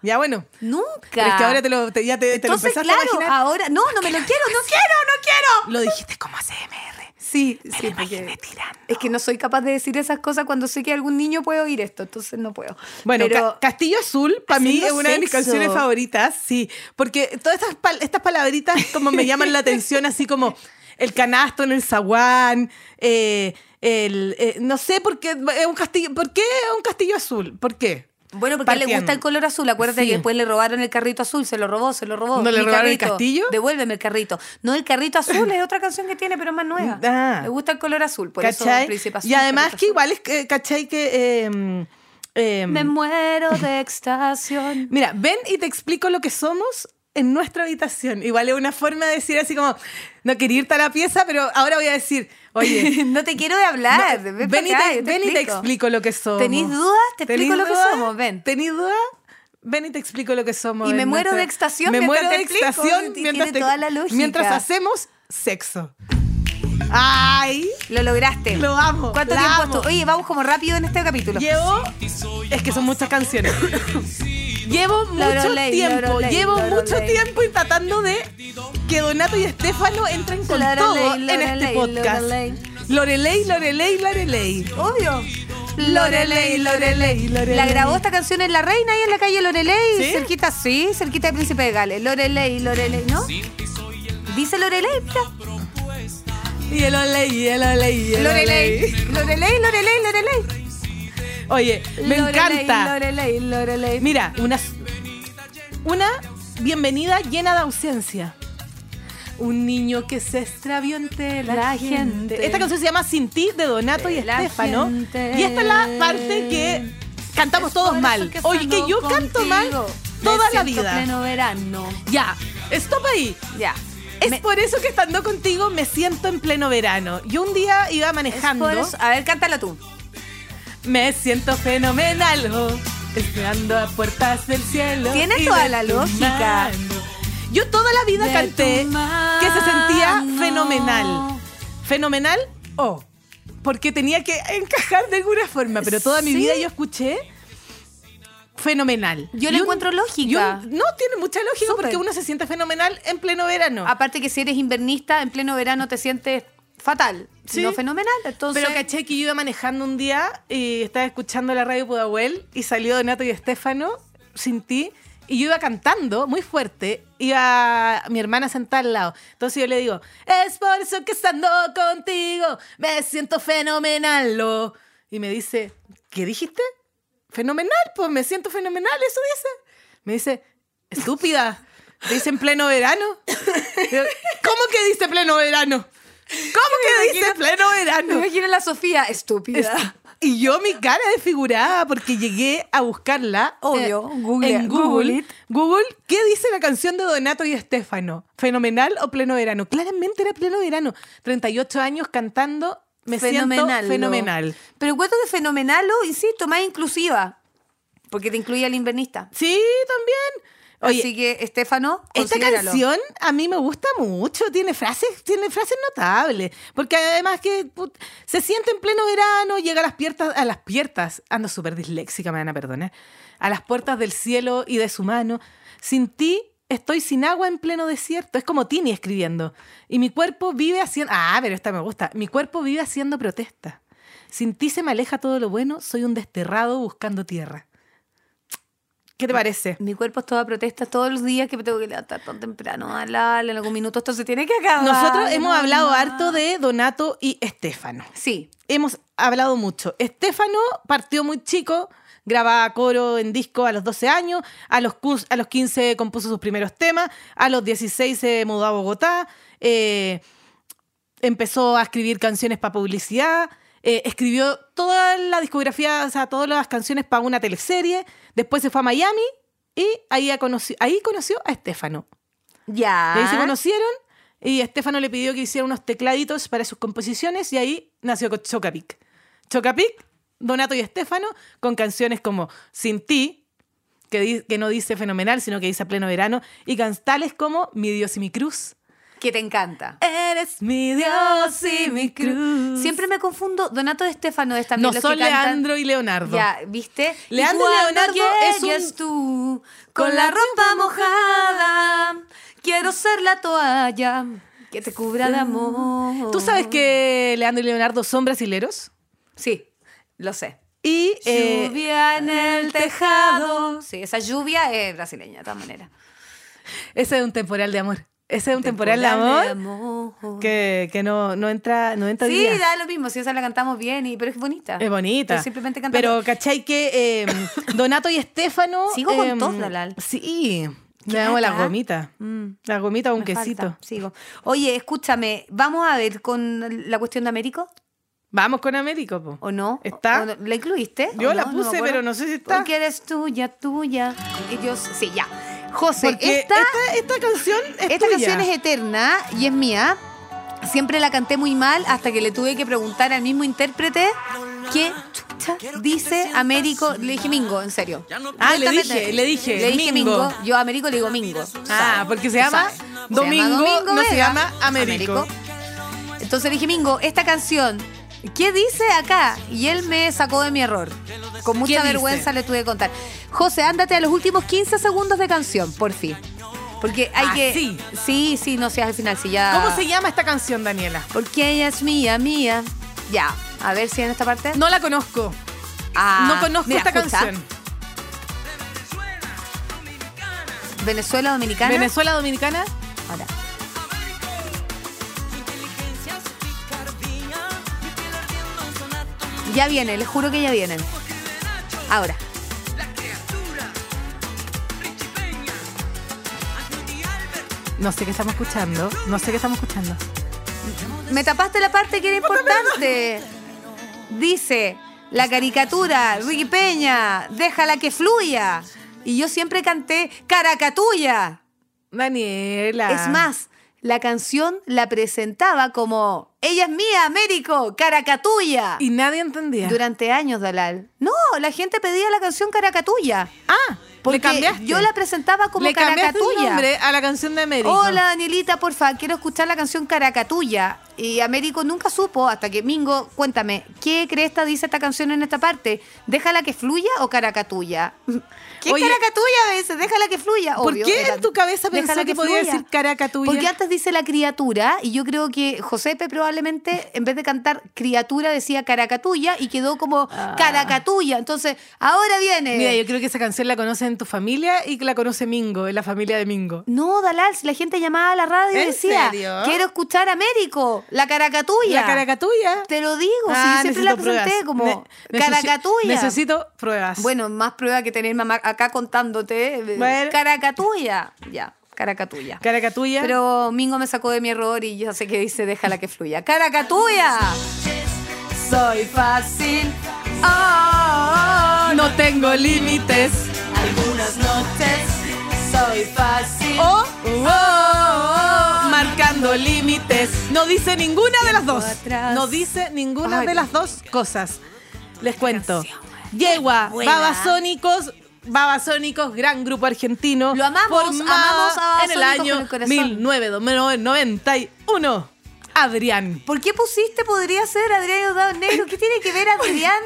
[SPEAKER 1] Ya bueno.
[SPEAKER 2] Nunca.
[SPEAKER 1] Pero es que ahora te lo, te- ya te, te lo
[SPEAKER 2] Entonces,
[SPEAKER 1] empezaste
[SPEAKER 2] claro,
[SPEAKER 1] a imaginar.
[SPEAKER 2] ahora. No, no me lo quiero, no quiero, no quiero.
[SPEAKER 1] Lo dijiste como ACMR.
[SPEAKER 2] Sí,
[SPEAKER 1] Me
[SPEAKER 2] sí,
[SPEAKER 1] lo imaginé
[SPEAKER 2] porque-
[SPEAKER 1] tirando.
[SPEAKER 2] Es que no soy capaz de decir esas cosas cuando sé que algún niño puede oír esto, entonces no puedo.
[SPEAKER 1] Bueno,
[SPEAKER 2] Pero-
[SPEAKER 1] Ca- Castillo Azul para mí es
[SPEAKER 2] Haciendo
[SPEAKER 1] una de mis
[SPEAKER 2] sexo.
[SPEAKER 1] canciones favoritas, sí, porque todas estas, pal- estas palabritas como me llaman la atención, así como el canasto en el zaguán, eh, el, eh, no sé por qué es un castillo, ¿por qué es un castillo azul? ¿Por qué?
[SPEAKER 2] Bueno, porque le
[SPEAKER 1] Partiendo.
[SPEAKER 2] gusta el color azul. Acuérdate
[SPEAKER 1] Sí.
[SPEAKER 2] que después le robaron el carrito azul, se lo robó, se lo robó.
[SPEAKER 1] ¿No le
[SPEAKER 2] Mi
[SPEAKER 1] robaron el castillo?
[SPEAKER 2] Devuélveme el carrito. No, el carrito azul es otra canción que tiene, pero es más nueva.
[SPEAKER 1] Ah.
[SPEAKER 2] Le gusta el color azul, por
[SPEAKER 1] ¿Cachai?
[SPEAKER 2] eso Príncipe Azul.
[SPEAKER 1] y además
[SPEAKER 2] Carrito
[SPEAKER 1] que
[SPEAKER 2] Azul.
[SPEAKER 1] igual es, que, ¿cachai? Que... em, em,
[SPEAKER 2] Me muero de extasión.
[SPEAKER 1] Mira, ven y te explico lo que somos en nuestra habitación. Igual es una forma de decir así como, no quería irte a la pieza, pero ahora voy a decir, oye,
[SPEAKER 2] no te quiero de hablar.
[SPEAKER 1] no,
[SPEAKER 2] ven
[SPEAKER 1] ven, y,
[SPEAKER 2] pa' acá,
[SPEAKER 1] te,
[SPEAKER 2] yo
[SPEAKER 1] ven y te explico lo que somos.
[SPEAKER 2] ¿Tenís dudas? Te explico lo que somos, ven.
[SPEAKER 1] ¿Tenís dudas? Ven y te explico lo que somos.
[SPEAKER 2] Y me
[SPEAKER 1] en
[SPEAKER 2] muero de extasión
[SPEAKER 1] Me
[SPEAKER 2] mientras
[SPEAKER 1] muero de
[SPEAKER 2] te explico,
[SPEAKER 1] extasión
[SPEAKER 2] y
[SPEAKER 1] mientras,
[SPEAKER 2] tiene
[SPEAKER 1] te-
[SPEAKER 2] toda la lógica.
[SPEAKER 1] mientras hacemos sexo. ¡Ay!
[SPEAKER 2] Lo lograste.
[SPEAKER 1] Lo amo,
[SPEAKER 2] ¿Cuánto
[SPEAKER 1] la
[SPEAKER 2] tiempo
[SPEAKER 1] amo.
[SPEAKER 2] estu- Oye, vamos como rápido en este capítulo.
[SPEAKER 1] Llevo. Es que son muchas canciones. llevo
[SPEAKER 2] Laura
[SPEAKER 1] mucho
[SPEAKER 2] Ley,
[SPEAKER 1] tiempo,
[SPEAKER 2] Laura Ley,
[SPEAKER 1] llevo
[SPEAKER 2] Laura
[SPEAKER 1] mucho
[SPEAKER 2] Ley.
[SPEAKER 1] tiempo y tratando de que Donato y Estefano entren con
[SPEAKER 2] Laura
[SPEAKER 1] todo
[SPEAKER 2] Ley,
[SPEAKER 1] en
[SPEAKER 2] Laura
[SPEAKER 1] este
[SPEAKER 2] Ley,
[SPEAKER 1] podcast. Lorelei, Lorelei, Lorelei.
[SPEAKER 2] Obvio.
[SPEAKER 1] Lorelei, Lorelei, Lorelei.
[SPEAKER 2] La grabó esta canción en La Reina, ahí en la calle Loreley.
[SPEAKER 1] ¿Sí?
[SPEAKER 2] Cerquita, sí, cerquita de Príncipe de Gales. Loreley, Loreley, ¿no? Dice Loreley, mira.
[SPEAKER 1] Y el olei, y el olei, y el
[SPEAKER 2] Loreley.
[SPEAKER 1] olei.
[SPEAKER 2] Loreley, Loreley, Loreley.
[SPEAKER 1] Oye, me
[SPEAKER 2] Loreley,
[SPEAKER 1] encanta.
[SPEAKER 2] Loreley, Loreley.
[SPEAKER 1] Mira, una, una bienvenida llena de ausencia. Un niño que se extravió entre la,
[SPEAKER 2] La
[SPEAKER 1] gente.
[SPEAKER 2] gente.
[SPEAKER 1] Esta canción se llama Sin ti de Donato y
[SPEAKER 2] De la
[SPEAKER 1] Estefano.
[SPEAKER 2] gente.
[SPEAKER 1] Y esta es la parte que cantamos
[SPEAKER 2] Es por
[SPEAKER 1] todos
[SPEAKER 2] eso
[SPEAKER 1] mal.
[SPEAKER 2] que
[SPEAKER 1] Oye, que
[SPEAKER 2] salgo
[SPEAKER 1] yo canto mal
[SPEAKER 2] contigo.
[SPEAKER 1] toda
[SPEAKER 2] Me
[SPEAKER 1] la
[SPEAKER 2] siento
[SPEAKER 1] vida.
[SPEAKER 2] pleno verano.
[SPEAKER 1] Ya, stop ahí.
[SPEAKER 2] Ya.
[SPEAKER 1] Es
[SPEAKER 2] Me-
[SPEAKER 1] por eso que estando contigo me siento en pleno verano. Yo un día iba
[SPEAKER 2] es
[SPEAKER 1] manejando.
[SPEAKER 2] por eso- A ver, cántala tú.
[SPEAKER 1] Me siento fenomenal, oh, esperando a puertas del cielo.
[SPEAKER 2] Tiene
[SPEAKER 1] y
[SPEAKER 2] toda
[SPEAKER 1] de
[SPEAKER 2] la
[SPEAKER 1] tu
[SPEAKER 2] lógica.
[SPEAKER 1] mano. Yo toda la vida
[SPEAKER 2] De
[SPEAKER 1] canté
[SPEAKER 2] tu
[SPEAKER 1] que se sentía
[SPEAKER 2] mano.
[SPEAKER 1] fenomenal. Fenomenal o porque tenía que encajar de alguna forma, pero toda mi
[SPEAKER 2] Sí.
[SPEAKER 1] vida yo escuché fenomenal.
[SPEAKER 2] Yo
[SPEAKER 1] Y
[SPEAKER 2] le
[SPEAKER 1] un-
[SPEAKER 2] encuentro lógica.
[SPEAKER 1] y un- no, tiene mucha lógica
[SPEAKER 2] Súper.
[SPEAKER 1] porque uno se siente fenomenal en pleno verano.
[SPEAKER 2] Aparte que si eres invernista, en pleno verano te sientes fatal.
[SPEAKER 1] Sí.
[SPEAKER 2] No fenomenal. Entonces,
[SPEAKER 1] Pero caché que yo iba manejando un día y estaba escuchando la radio Pudahuel y salió Donato y Estefano sin ti. Y yo iba cantando muy fuerte, iba mi hermana sentada al lado. Entonces yo le digo, es por eso que estando contigo me siento fenomenal. oh". Y me dice, ¿qué dijiste? Fenomenal, pues me siento fenomenal, eso dice. Me dice, estúpida, te dice en pleno verano. Yo, ¿Cómo que dice pleno verano? ¿Cómo que dice pleno
[SPEAKER 2] Me
[SPEAKER 1] verano?
[SPEAKER 2] imagino la Sofía, estúpida.
[SPEAKER 1] Y yo mi cara desfigurada porque llegué a buscarla. eh,
[SPEAKER 2] Obvio, Google-
[SPEAKER 1] en Google.
[SPEAKER 2] Google it.
[SPEAKER 1] Google, ¿qué dice la canción de Donato y Estefano? ¿Fenomenal o pleno verano? Claramente era pleno verano. 38 años cantando, me siento
[SPEAKER 2] lo.
[SPEAKER 1] fenomenal.
[SPEAKER 2] Pero encuentro que fenomenal, lo, insisto, más inclusiva. Porque te incluye al invernista.
[SPEAKER 1] Sí, también. Oye,
[SPEAKER 2] Así que, Estefano,
[SPEAKER 1] Esta
[SPEAKER 2] considéralo.
[SPEAKER 1] canción a mí me gusta mucho, tiene frases, tiene frases notables, porque además que put, se siente en pleno verano, llega a las piernas, a las piernas, ando súper disléxica, me van a perdonar, a las puertas del cielo y de su mano. Sin ti estoy sin agua en pleno desierto, es como Tini escribiendo. Y mi cuerpo vive haciendo, ah, pero esta me gusta, mi cuerpo vive haciendo protesta. Sin ti se me aleja todo lo bueno, soy un desterrado buscando tierra. ¿Qué te parece?
[SPEAKER 2] Mi cuerpo es toda protesta todos los días que me tengo que levantar tan temprano, a la, en algún minuto esto se tiene que acabar.
[SPEAKER 1] Nosotros hemos
[SPEAKER 2] No,
[SPEAKER 1] hablado
[SPEAKER 2] no.
[SPEAKER 1] harto de Donato y Estefano.
[SPEAKER 2] Sí,
[SPEAKER 1] Hemos hablado mucho. Estefano partió muy chico, grababa coro en disco a los 12 años, a los, cus- a los 15 compuso sus primeros temas, a los 16 se mudó a Bogotá, eh, empezó a escribir canciones para publicidad, eh, escribió toda la discografía, o sea, todas las canciones para una teleserie, después se fue a Miami y ahí, a conoci- ahí conoció a Estefano.
[SPEAKER 2] ya.
[SPEAKER 1] Y ahí se conocieron y Estefano le pidió que hiciera unos tecladitos para sus composiciones y ahí nació con Chocapic. Chocapic, Donato y Estefano, con canciones como Sin ti, que, di- que no dice fenomenal, sino que dice a pleno verano, y cantales como Mi Dios y mi cruz.
[SPEAKER 2] Que te encanta.
[SPEAKER 1] Eres mi Dios y mi cruz.
[SPEAKER 2] Siempre me confundo, Donato de Estefano es también
[SPEAKER 1] no
[SPEAKER 2] los
[SPEAKER 1] son
[SPEAKER 2] que cantan.
[SPEAKER 1] Leandro y Leonardo.
[SPEAKER 2] Ya, ¿viste?
[SPEAKER 1] Leandro
[SPEAKER 2] Y cuando
[SPEAKER 1] Leonardo es un-
[SPEAKER 2] llegues tú con la ropa mojada. Quiero ser la toalla que te cubra de amor.
[SPEAKER 1] ¿Tú sabes que Leandro y Leonardo son brasileros?
[SPEAKER 2] Sí, lo sé.
[SPEAKER 1] Y eh,
[SPEAKER 2] lluvia en el tejado. Sí, esa lluvia es brasileña, de todas maneras.
[SPEAKER 1] ese es un temporal de amor. Ese es un temporal, de amor.
[SPEAKER 2] amor.
[SPEAKER 1] que, que no, no entra, no entra
[SPEAKER 2] Sí,
[SPEAKER 1] día.
[SPEAKER 2] da lo mismo, si esa la cantamos bien, y, pero es bonita.
[SPEAKER 1] Es bonita.
[SPEAKER 2] Pero simplemente cantamos.
[SPEAKER 1] Pero, ¿cachai que eh, Donato y Estefano.
[SPEAKER 2] Sigo con
[SPEAKER 1] em,
[SPEAKER 2] tos, Dalal.
[SPEAKER 1] Sí.
[SPEAKER 2] Qué
[SPEAKER 1] Le damos la
[SPEAKER 2] lata.
[SPEAKER 1] gomita. La gomita con
[SPEAKER 2] Mm, Me
[SPEAKER 1] quesito.
[SPEAKER 2] falta, Sigo. Oye, escúchame, ¿vamos a ver con la cuestión de Américo?
[SPEAKER 1] Vamos con Américo, po.
[SPEAKER 2] ¿O no?
[SPEAKER 1] ¿Está?
[SPEAKER 2] ¿O no? ¿La incluiste?
[SPEAKER 1] Yo
[SPEAKER 2] ¿O
[SPEAKER 1] la
[SPEAKER 2] no?
[SPEAKER 1] puse,
[SPEAKER 2] me acuerdo.
[SPEAKER 1] pero no sé si está.
[SPEAKER 2] Porque eres tuya, tuya. Ellos, sí, ya. José,
[SPEAKER 1] Porque
[SPEAKER 2] esta,
[SPEAKER 1] esta, esta canción es
[SPEAKER 2] esta
[SPEAKER 1] tuya.
[SPEAKER 2] canción es eterna y es mía. Siempre la canté muy mal hasta que le tuve que preguntar al mismo intérprete qué chucha dice Américo. Le dije Mingo, en serio.
[SPEAKER 1] Ah, le
[SPEAKER 2] Cuéntame-
[SPEAKER 1] dije, le dije,
[SPEAKER 2] Le dije Mingo.
[SPEAKER 1] Mingo.
[SPEAKER 2] Yo a Américo le digo Mingo.
[SPEAKER 1] Ah, porque se llama
[SPEAKER 2] Sabe.
[SPEAKER 1] Domingo, no se
[SPEAKER 2] Vega.
[SPEAKER 1] llama Américo.
[SPEAKER 2] Entonces le dije, Mingo, esta canción, ¿qué dice acá? Y él me sacó de mi error. Con
[SPEAKER 1] ¿Qué
[SPEAKER 2] mucha
[SPEAKER 1] dice?
[SPEAKER 2] vergüenza le tuve que contar. José, ándate a los últimos 15 segundos de canción, por fin. Porque hay
[SPEAKER 1] Ah,
[SPEAKER 2] que.
[SPEAKER 1] sí.
[SPEAKER 2] sí, sí, no seas al final, si ya.
[SPEAKER 1] ¿Cómo se llama esta canción, Daniela?
[SPEAKER 2] Porque ella es mía, mía. Ya, a ver si en esta parte.
[SPEAKER 1] No la conozco.
[SPEAKER 2] Ah,
[SPEAKER 1] no conozco
[SPEAKER 2] mira,
[SPEAKER 1] esta
[SPEAKER 2] justa.
[SPEAKER 1] canción.
[SPEAKER 2] Venezuela Dominicana.
[SPEAKER 1] Venezuela Dominicana.
[SPEAKER 2] Ahora. Ya viene, les juro que ya vienen. Ahora.
[SPEAKER 1] No sé qué estamos escuchando. No sé qué estamos escuchando.
[SPEAKER 2] Me tapaste la parte que era importante. Dice la caricatura, Ricky Peña, déjala que fluya. Y yo siempre canté Caracatuya.
[SPEAKER 1] Daniela.
[SPEAKER 2] Es más, la canción la presentaba como Ella es mía, Américo, Caracatuya.
[SPEAKER 1] Y nadie entendía.
[SPEAKER 2] Durante años, Dalal. No, la gente pedía la canción Caracatuya.
[SPEAKER 1] Ah,
[SPEAKER 2] Porque
[SPEAKER 1] le cambiaste.
[SPEAKER 2] yo la presentaba como
[SPEAKER 1] le cambiaste el
[SPEAKER 2] Caracatuya.
[SPEAKER 1] nombre a la canción de América.
[SPEAKER 2] Hola Danielita, porfa, quiero escuchar la canción Caracatuya. Y Américo nunca supo hasta que Mingo, cuéntame, ¿qué cresta dice esta canción en esta parte? ¿Déjala que fluya o Caracatuya? ¿Qué
[SPEAKER 1] Oye-
[SPEAKER 2] Caracatuya a veces? Déjala que fluya.
[SPEAKER 1] ¿Por
[SPEAKER 2] obvio,
[SPEAKER 1] qué
[SPEAKER 2] era-
[SPEAKER 1] en tu cabeza pensó
[SPEAKER 2] Déjala
[SPEAKER 1] que, podía
[SPEAKER 2] fluya.
[SPEAKER 1] decir Caracatuya?
[SPEAKER 2] Porque antes dice la criatura y yo creo que Josepe probablemente en vez de cantar criatura decía caracatuya y quedó como caracatuya. Entonces, ahora viene.
[SPEAKER 1] Mira, yo creo que esa canción la conoce en tu familia y que la conoce Mingo, en la familia de Mingo.
[SPEAKER 2] No, Dalal, si la gente llamaba a la radio y
[SPEAKER 1] ¿En
[SPEAKER 2] decía,
[SPEAKER 1] serio?
[SPEAKER 2] quiero escuchar a Américo, la caracatuya.
[SPEAKER 1] La Caracatuya.
[SPEAKER 2] Te lo digo, si
[SPEAKER 1] Ah,
[SPEAKER 2] yo siempre la
[SPEAKER 1] necesito
[SPEAKER 2] presenté
[SPEAKER 1] pruebas.
[SPEAKER 2] como
[SPEAKER 1] Ne- necesi-
[SPEAKER 2] caracatuya.
[SPEAKER 1] Necesito pruebas.
[SPEAKER 2] Bueno, más prueba que tener mamá acá contándote. eh,
[SPEAKER 1] Bueno.
[SPEAKER 2] Caracatuya. Ya, caracatuya.
[SPEAKER 1] Caracatuya.
[SPEAKER 2] Pero Mingo me sacó de mi error y yo sé que dice, déjala que fluya. ¡Caracatuya! Soy fácil. Oh,
[SPEAKER 1] no tengo límites.
[SPEAKER 2] Algunas noches soy fácil. Uh, oh,
[SPEAKER 1] O Oh, marcando límites. No dice ninguna de las dos.
[SPEAKER 2] atrás.
[SPEAKER 1] No dice ninguna
[SPEAKER 2] Ay,
[SPEAKER 1] de
[SPEAKER 2] Dios
[SPEAKER 1] las dos cosas. Les cuento.
[SPEAKER 2] canción,
[SPEAKER 1] Yegua,
[SPEAKER 2] Buena.
[SPEAKER 1] Babasónicos, Babasónicos, gran grupo argentino.
[SPEAKER 2] Lo amamos,
[SPEAKER 1] formado
[SPEAKER 2] amamos a
[SPEAKER 1] en el
[SPEAKER 2] Babasónicos
[SPEAKER 1] año
[SPEAKER 2] con el corazón.
[SPEAKER 1] 1991. Adrián.
[SPEAKER 2] ¿Por qué pusiste podría ser Adrián Odado Negro? ¿Qué tiene que ver Adrián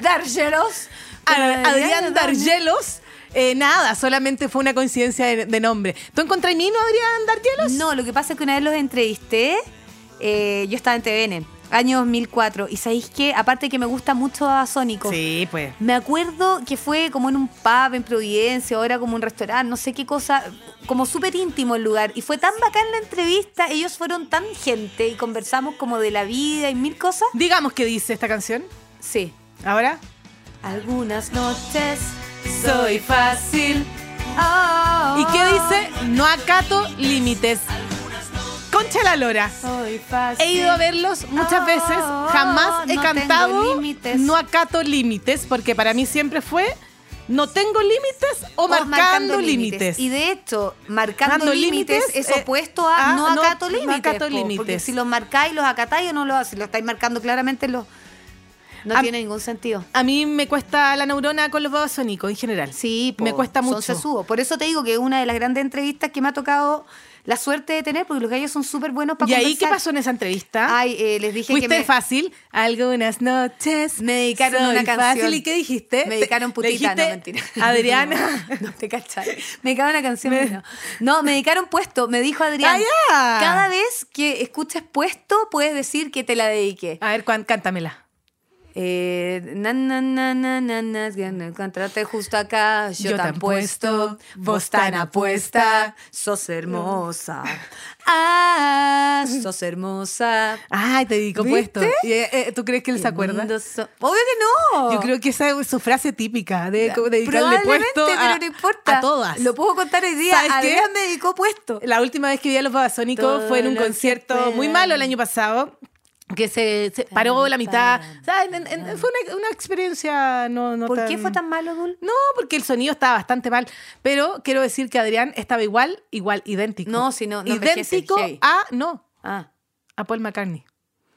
[SPEAKER 2] Dargelos?
[SPEAKER 1] A-
[SPEAKER 2] con
[SPEAKER 1] Adrián
[SPEAKER 2] Odao Negro?
[SPEAKER 1] Dargelos. eh, nada, solamente fue una coincidencia de, de nombre. ¿Tú encontrás Nino Adrián Dargelos?
[SPEAKER 2] No, lo que pasa es que una vez los entrevisté, eh, yo estaba en TVN, año 2004, y sabéis que, aparte que me gusta mucho Babasónicos,
[SPEAKER 1] Sí, pues.
[SPEAKER 2] Me acuerdo que fue como en un pub en Providencia, ahora como un restaurante, no sé qué cosa, como súper íntimo el lugar. Y fue tan bacán la entrevista, ellos fueron tan gente y conversamos como de la vida y mil cosas.
[SPEAKER 1] Digamos que dice esta canción.
[SPEAKER 2] Sí.
[SPEAKER 1] Ahora.
[SPEAKER 2] Algunas noches
[SPEAKER 1] Soy
[SPEAKER 2] fácil. Oh,
[SPEAKER 1] ¿Y qué dice? No acato límites. Concha la lora.
[SPEAKER 2] Soy fácil.
[SPEAKER 1] He ido a verlos muchas
[SPEAKER 2] Oh,
[SPEAKER 1] veces, jamás he
[SPEAKER 2] no tengo
[SPEAKER 1] cantado
[SPEAKER 2] límites.
[SPEAKER 1] No acato límites, porque para mí siempre fue No tengo límites o,
[SPEAKER 2] O
[SPEAKER 1] marcando, límites.
[SPEAKER 2] Y de hecho, marcando
[SPEAKER 1] Marcando
[SPEAKER 2] límites es
[SPEAKER 1] límites, eh,
[SPEAKER 2] opuesto a
[SPEAKER 1] ah,
[SPEAKER 2] no
[SPEAKER 1] no,
[SPEAKER 2] acato
[SPEAKER 1] no
[SPEAKER 2] límites.
[SPEAKER 1] acato
[SPEAKER 2] po,
[SPEAKER 1] límites.
[SPEAKER 2] Porque si los marcáis, los acatáis o no los si lo estáis marcando claramente, los no
[SPEAKER 1] Am-
[SPEAKER 2] tiene ningún sentido.
[SPEAKER 1] A mí me cuesta la neurona con los babasónicos en general.
[SPEAKER 2] Sí, po,
[SPEAKER 1] me cuesta mucho.
[SPEAKER 2] Son sesudos. Por eso te digo que es una de las grandes entrevistas que me ha tocado la suerte de tener, porque los gallos son súper buenos para
[SPEAKER 1] ¿Y ahí qué
[SPEAKER 2] conversar.
[SPEAKER 1] pasó en esa entrevista?
[SPEAKER 2] Ay, eh, les dije
[SPEAKER 1] Fuiste
[SPEAKER 2] que me,
[SPEAKER 1] fácil. Algunas noches.
[SPEAKER 2] Me dedicaron
[SPEAKER 1] soy
[SPEAKER 2] una canción.
[SPEAKER 1] fácil. ¿Y qué dijiste?
[SPEAKER 2] me ¿Eh? dedicaron
[SPEAKER 1] Te-
[SPEAKER 2] putita,
[SPEAKER 1] le
[SPEAKER 2] no
[SPEAKER 1] dijiste,
[SPEAKER 2] mentira.
[SPEAKER 1] Adriana.
[SPEAKER 2] No, no te cachai. Me dedicaron una canción. no. No, me dedicaron puesto. Me dijo Adrián.
[SPEAKER 1] Ah, ya.
[SPEAKER 2] Cada vez que escuches puesto, puedes decir que te la dediqué.
[SPEAKER 1] A ver, cuán- cántamela.
[SPEAKER 2] Eh, na, na, na, na, na, na, na, encontrate justo acá, yo,
[SPEAKER 1] Yo
[SPEAKER 2] tan,
[SPEAKER 1] tan
[SPEAKER 2] puesto,
[SPEAKER 1] puesto,
[SPEAKER 2] vos tan apuesta, sos hermosa, ah, sos hermosa.
[SPEAKER 1] Ay, te dedico puesto.
[SPEAKER 2] ¿Viste?
[SPEAKER 1] ¿Y, eh, eh, ¿Tú crees que él se acuerda?
[SPEAKER 2] Mundo so- Obvio que no.
[SPEAKER 1] Yo creo que esa es su frase típica de co- dedicarle
[SPEAKER 2] Probablemente,
[SPEAKER 1] puesto a,
[SPEAKER 2] pero no importa.
[SPEAKER 1] a todas.
[SPEAKER 2] Lo puedo contar hoy día.
[SPEAKER 1] ¿Sabes qué?
[SPEAKER 2] Adrián me dedicó puesto.
[SPEAKER 1] La última vez que vi a los Babasónicos
[SPEAKER 2] Todo
[SPEAKER 1] fue en un
[SPEAKER 2] lo que
[SPEAKER 1] concierto
[SPEAKER 2] esperan.
[SPEAKER 1] muy malo el año pasado. Que se, se paró la mitad.
[SPEAKER 2] Tan,
[SPEAKER 1] O sea, en- en- en- fue una, una experiencia no, no
[SPEAKER 2] ¿Por qué fue tan malo, Dul?
[SPEAKER 1] No, porque el sonido estaba bastante mal. Pero quiero decir que Adrián estaba igual, igual, idéntico.
[SPEAKER 2] No, si no, no envejece,
[SPEAKER 1] idéntico
[SPEAKER 2] heavy.
[SPEAKER 1] a. No,
[SPEAKER 2] Ah.
[SPEAKER 1] a Paul McCartney.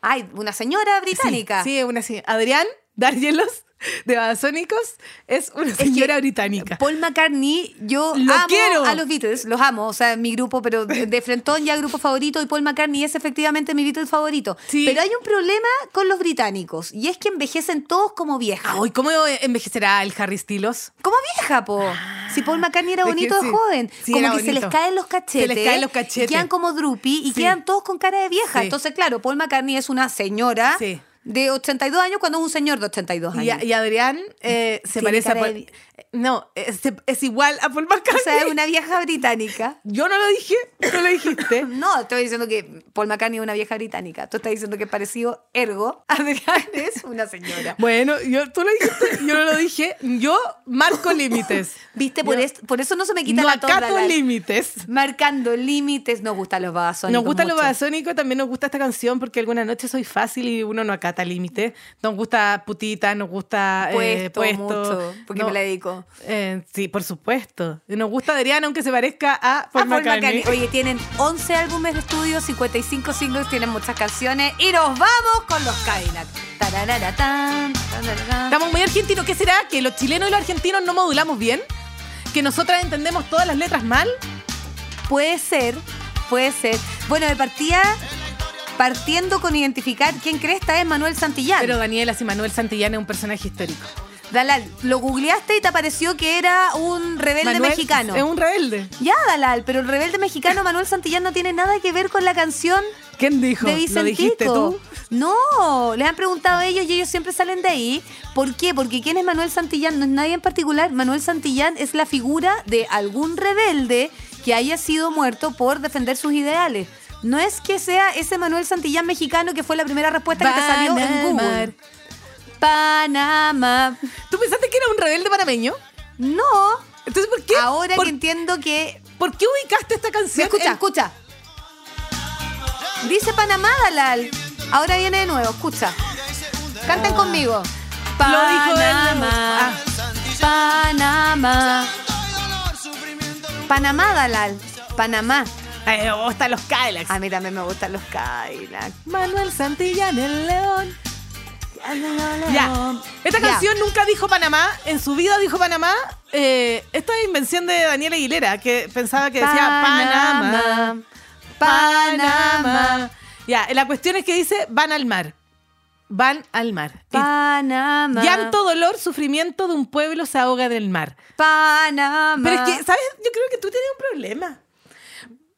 [SPEAKER 2] Ay, una señora británica.
[SPEAKER 1] Sí, sí, una señora. Adrián Dargelos de Babasónicos es una
[SPEAKER 2] que
[SPEAKER 1] señora británica.
[SPEAKER 2] Paul McCartney, yo
[SPEAKER 1] Lo
[SPEAKER 2] amo
[SPEAKER 1] quiero.
[SPEAKER 2] a los Beatles, los amo, o sea, mi grupo, pero de de Frentón ya grupo favorito y Paul McCartney es efectivamente mi Beatles favorito.
[SPEAKER 1] Sí.
[SPEAKER 2] Pero hay un problema con los británicos y es que envejecen todos como viejas.
[SPEAKER 1] Ay, ¿cómo envejecerá el Harry Stylos?
[SPEAKER 2] Como vieja, po. Si Paul McCartney era
[SPEAKER 1] Es Ah, que
[SPEAKER 2] bonito de
[SPEAKER 1] sí.
[SPEAKER 2] joven,
[SPEAKER 1] Sí,
[SPEAKER 2] como
[SPEAKER 1] era
[SPEAKER 2] que se
[SPEAKER 1] bonito.
[SPEAKER 2] les caen los cachetes.
[SPEAKER 1] les caen los
[SPEAKER 2] y
[SPEAKER 1] cachetes.
[SPEAKER 2] quedan como droopy y
[SPEAKER 1] Sí.
[SPEAKER 2] quedan todos con cara de vieja.
[SPEAKER 1] Sí.
[SPEAKER 2] Entonces, claro, Paul McCartney es una señora
[SPEAKER 1] Sí.
[SPEAKER 2] de 82 años cuando es un señor de 82 años.
[SPEAKER 1] Y, a- y Adrián eh, se
[SPEAKER 2] Tiene
[SPEAKER 1] parece a
[SPEAKER 2] cara
[SPEAKER 1] Paul.
[SPEAKER 2] de-
[SPEAKER 1] No, es, se- es igual a Paul McCartney.
[SPEAKER 2] O sea, es una vieja británica.
[SPEAKER 1] Yo no lo dije, tú lo dijiste.
[SPEAKER 2] No, estoy diciendo que Paul McCartney es una vieja británica. Tú estás diciendo que es parecido, ergo, Adrián es una señora.
[SPEAKER 1] Bueno, yo, tú lo dijiste, yo no lo dije. Yo marco límites.
[SPEAKER 2] ¿Viste? Por,
[SPEAKER 1] Yo-
[SPEAKER 2] es- por eso no se me quita
[SPEAKER 1] No
[SPEAKER 2] la tonda.
[SPEAKER 1] acato
[SPEAKER 2] la-
[SPEAKER 1] límites.
[SPEAKER 2] Marcando límites. Nos gustan los babasónicos.
[SPEAKER 1] Nos gusta
[SPEAKER 2] mucho.
[SPEAKER 1] lo babasónico, también nos gusta esta canción porque alguna noche soy fácil y uno no acata límites. Nos gusta putita, nos gusta eh,
[SPEAKER 2] Puesto, mucho. Porque
[SPEAKER 1] No,
[SPEAKER 2] me la dedico.
[SPEAKER 1] eh, sí, por supuesto. Y Nos gusta Adrián aunque se parezca a Paul
[SPEAKER 2] A Paul
[SPEAKER 1] McCartney.
[SPEAKER 2] McCartney. Oye, tienen 11 álbumes de estudio, 55 singles, tienen muchas canciones. Y nos vamos con los Cadillac. Tarararán, tarararán.
[SPEAKER 1] Estamos muy argentinos. ¿Qué será? ¿Que los chilenos y los argentinos no modulamos bien? ¿Que nosotras entendemos todas las letras mal?
[SPEAKER 2] Puede ser, puede ser. Bueno, me partía partiendo con identificar quién cresta es Manuel Santillán.
[SPEAKER 1] Pero Daniela y Manuel Santillán es un personaje histórico.
[SPEAKER 2] Dalal, lo googleaste y te apareció que era un rebelde
[SPEAKER 1] Manuel
[SPEAKER 2] mexicano.
[SPEAKER 1] Es un rebelde.
[SPEAKER 2] Ya, Dalal, pero el rebelde mexicano Manuel Santillán no tiene nada que ver con la canción
[SPEAKER 1] ¿Quién dijo?
[SPEAKER 2] de
[SPEAKER 1] ¿Lo dijiste
[SPEAKER 2] Vicentico.
[SPEAKER 1] tú?
[SPEAKER 2] No, les han preguntado a ellos y ellos siempre salen de ahí. ¿Por qué? Porque ¿quién es Manuel Santillán? No es nadie en particular. Manuel Santillán es la figura de algún rebelde que haya sido muerto por defender sus ideales. No es que sea ese Manuel Santillán mexicano que fue la primera respuesta que te salió en Google. Panamá.
[SPEAKER 1] ¿Tú pensaste que era un rebelde panameño?
[SPEAKER 2] No.
[SPEAKER 1] Entonces, ¿por qué?
[SPEAKER 2] Ahora
[SPEAKER 1] ¿Por
[SPEAKER 2] que entiendo que
[SPEAKER 1] ¿Por qué ubicaste esta
[SPEAKER 2] Sí,
[SPEAKER 1] canción?
[SPEAKER 2] escucha,
[SPEAKER 1] en-
[SPEAKER 2] escucha. Dice Panamá, Dalal. Ahora viene de nuevo, escucha. Canten conmigo.
[SPEAKER 1] Lo dijo él.
[SPEAKER 2] Panamá. Ah. Panamá. Panamá, Dalal. Panamá. Ah,
[SPEAKER 1] Eh, me gustan los Cadillacs.
[SPEAKER 2] A mí también me gustan los Cadillac.
[SPEAKER 1] Manuel Santillán, el león. Ya. Esta
[SPEAKER 2] Ya.
[SPEAKER 1] canción nunca dijo Panamá, en su vida dijo Panamá. Eh, esta es invención de Daniel Aguilera, que pensaba que decía Panamá.
[SPEAKER 2] Panamá.
[SPEAKER 1] Panamá. Ya, la cuestión es que dice van al mar. Van al mar. Y
[SPEAKER 2] Panamá.
[SPEAKER 1] Llanto, dolor, sufrimiento de un pueblo se ahoga en el mar.
[SPEAKER 2] Panamá.
[SPEAKER 1] Pero es que, ¿sabes? Yo creo que tú tienes un problema.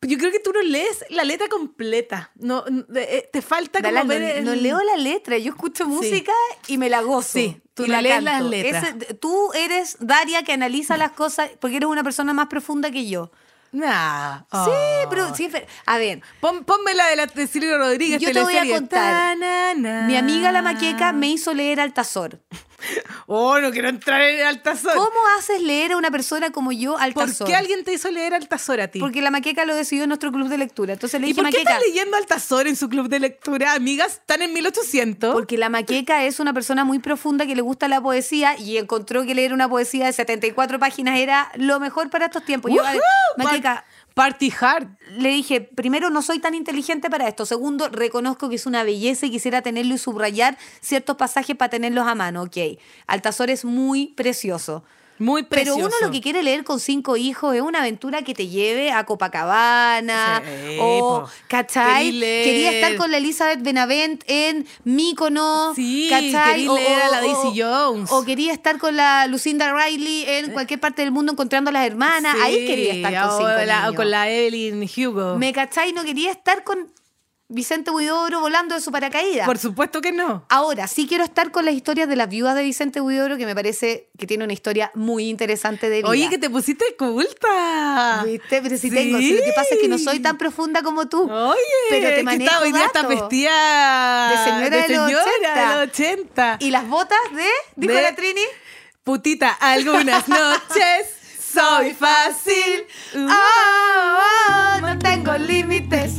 [SPEAKER 1] Yo creo que tú no lees la letra completa. No, n- de- eh, te falta como
[SPEAKER 2] Dalal,
[SPEAKER 1] ver
[SPEAKER 2] no,
[SPEAKER 1] el-
[SPEAKER 2] no leo la letra, yo escucho música y me la gozo.
[SPEAKER 1] Sí, tú
[SPEAKER 2] y
[SPEAKER 1] no
[SPEAKER 2] la
[SPEAKER 1] lees
[SPEAKER 2] canto.
[SPEAKER 1] las letras.
[SPEAKER 2] Ese- tú eres Daria que analiza las cosas porque eres una persona más profunda que yo.
[SPEAKER 1] Nah.
[SPEAKER 2] Sí,
[SPEAKER 1] Oh.
[SPEAKER 2] pero sí, pero- a ver,
[SPEAKER 1] Pon- ponme la de, la de Silvio Rodríguez.
[SPEAKER 2] Yo te voy a
[SPEAKER 1] teleserie. Ta,
[SPEAKER 2] contar.
[SPEAKER 1] na, na.
[SPEAKER 2] mi amiga la maqueca me hizo leer Altazor.
[SPEAKER 1] Oh, no quiero entrar en Altazor.
[SPEAKER 2] ¿Cómo haces leer a una persona como yo
[SPEAKER 1] ¿Por
[SPEAKER 2] Altazor?
[SPEAKER 1] qué alguien te hizo leer Altazor a ti?
[SPEAKER 2] Porque la maqueca lo decidió en nuestro club de lectura. Entonces le
[SPEAKER 1] ¿Y
[SPEAKER 2] dije,
[SPEAKER 1] por qué
[SPEAKER 2] maqueca,
[SPEAKER 1] están leyendo Altazor en su club de lectura? Amigas, están en 1800.
[SPEAKER 2] Porque la maqueca es una persona muy profunda que le gusta la poesía y encontró que leer una poesía de 74 páginas era lo mejor para estos tiempos. Yo, a ver,
[SPEAKER 1] ¡Woohoo!
[SPEAKER 2] maqueca,
[SPEAKER 1] Par- Party hard.
[SPEAKER 2] le dije, primero, no soy tan inteligente para esto. Segundo, reconozco que es una belleza y quisiera tenerlo y subrayar ciertos pasajes para tenerlos a mano. Ok, Altazor es muy precioso.
[SPEAKER 1] Muy precioso.
[SPEAKER 2] Pero uno lo que quiere leer con cinco hijos es una aventura que te lleve a Copacabana
[SPEAKER 1] Sí,
[SPEAKER 2] o,
[SPEAKER 1] po.
[SPEAKER 2] ¿cachai?
[SPEAKER 1] Querí leer.
[SPEAKER 2] Quería estar con la Elizabeth Benavent en Mícono,
[SPEAKER 1] Sí,
[SPEAKER 2] ¿cachai?
[SPEAKER 1] querí leer a la Daisy Jones. Eh.
[SPEAKER 2] O quería estar con la Lucinda Riley en cualquier parte del mundo encontrando a las hermanas.
[SPEAKER 1] Sí,
[SPEAKER 2] Ahí quería estar con
[SPEAKER 1] o
[SPEAKER 2] cinco
[SPEAKER 1] la- o
[SPEAKER 2] niños.
[SPEAKER 1] con la Evelyn Hugo.
[SPEAKER 2] ¿Me cachai? No quería estar con Vicente Huidobro volando de su paracaídas.
[SPEAKER 1] Por supuesto que no.
[SPEAKER 2] Ahora, sí quiero estar con las historias de las viudas de Vicente Huidobro, que me parece que tiene una historia muy interesante de vida.
[SPEAKER 1] Oye, que te pusiste culta.
[SPEAKER 2] ¿Viste? Pero si tengo. si lo que pasa es que no soy tan profunda como tú.
[SPEAKER 1] Oye,
[SPEAKER 2] Pero te
[SPEAKER 1] que
[SPEAKER 2] manejo
[SPEAKER 1] estaba- hoy día
[SPEAKER 2] datos.
[SPEAKER 1] estás vestida
[SPEAKER 2] De señora de los
[SPEAKER 1] señora
[SPEAKER 2] 80.
[SPEAKER 1] de los 80.
[SPEAKER 2] ¿Y las botas de? Dijo
[SPEAKER 1] De-
[SPEAKER 2] la Trini.
[SPEAKER 1] Putita, algunas noches soy fácil.
[SPEAKER 2] Oh,
[SPEAKER 1] Uh,
[SPEAKER 2] Ah, ah, no tengo límites.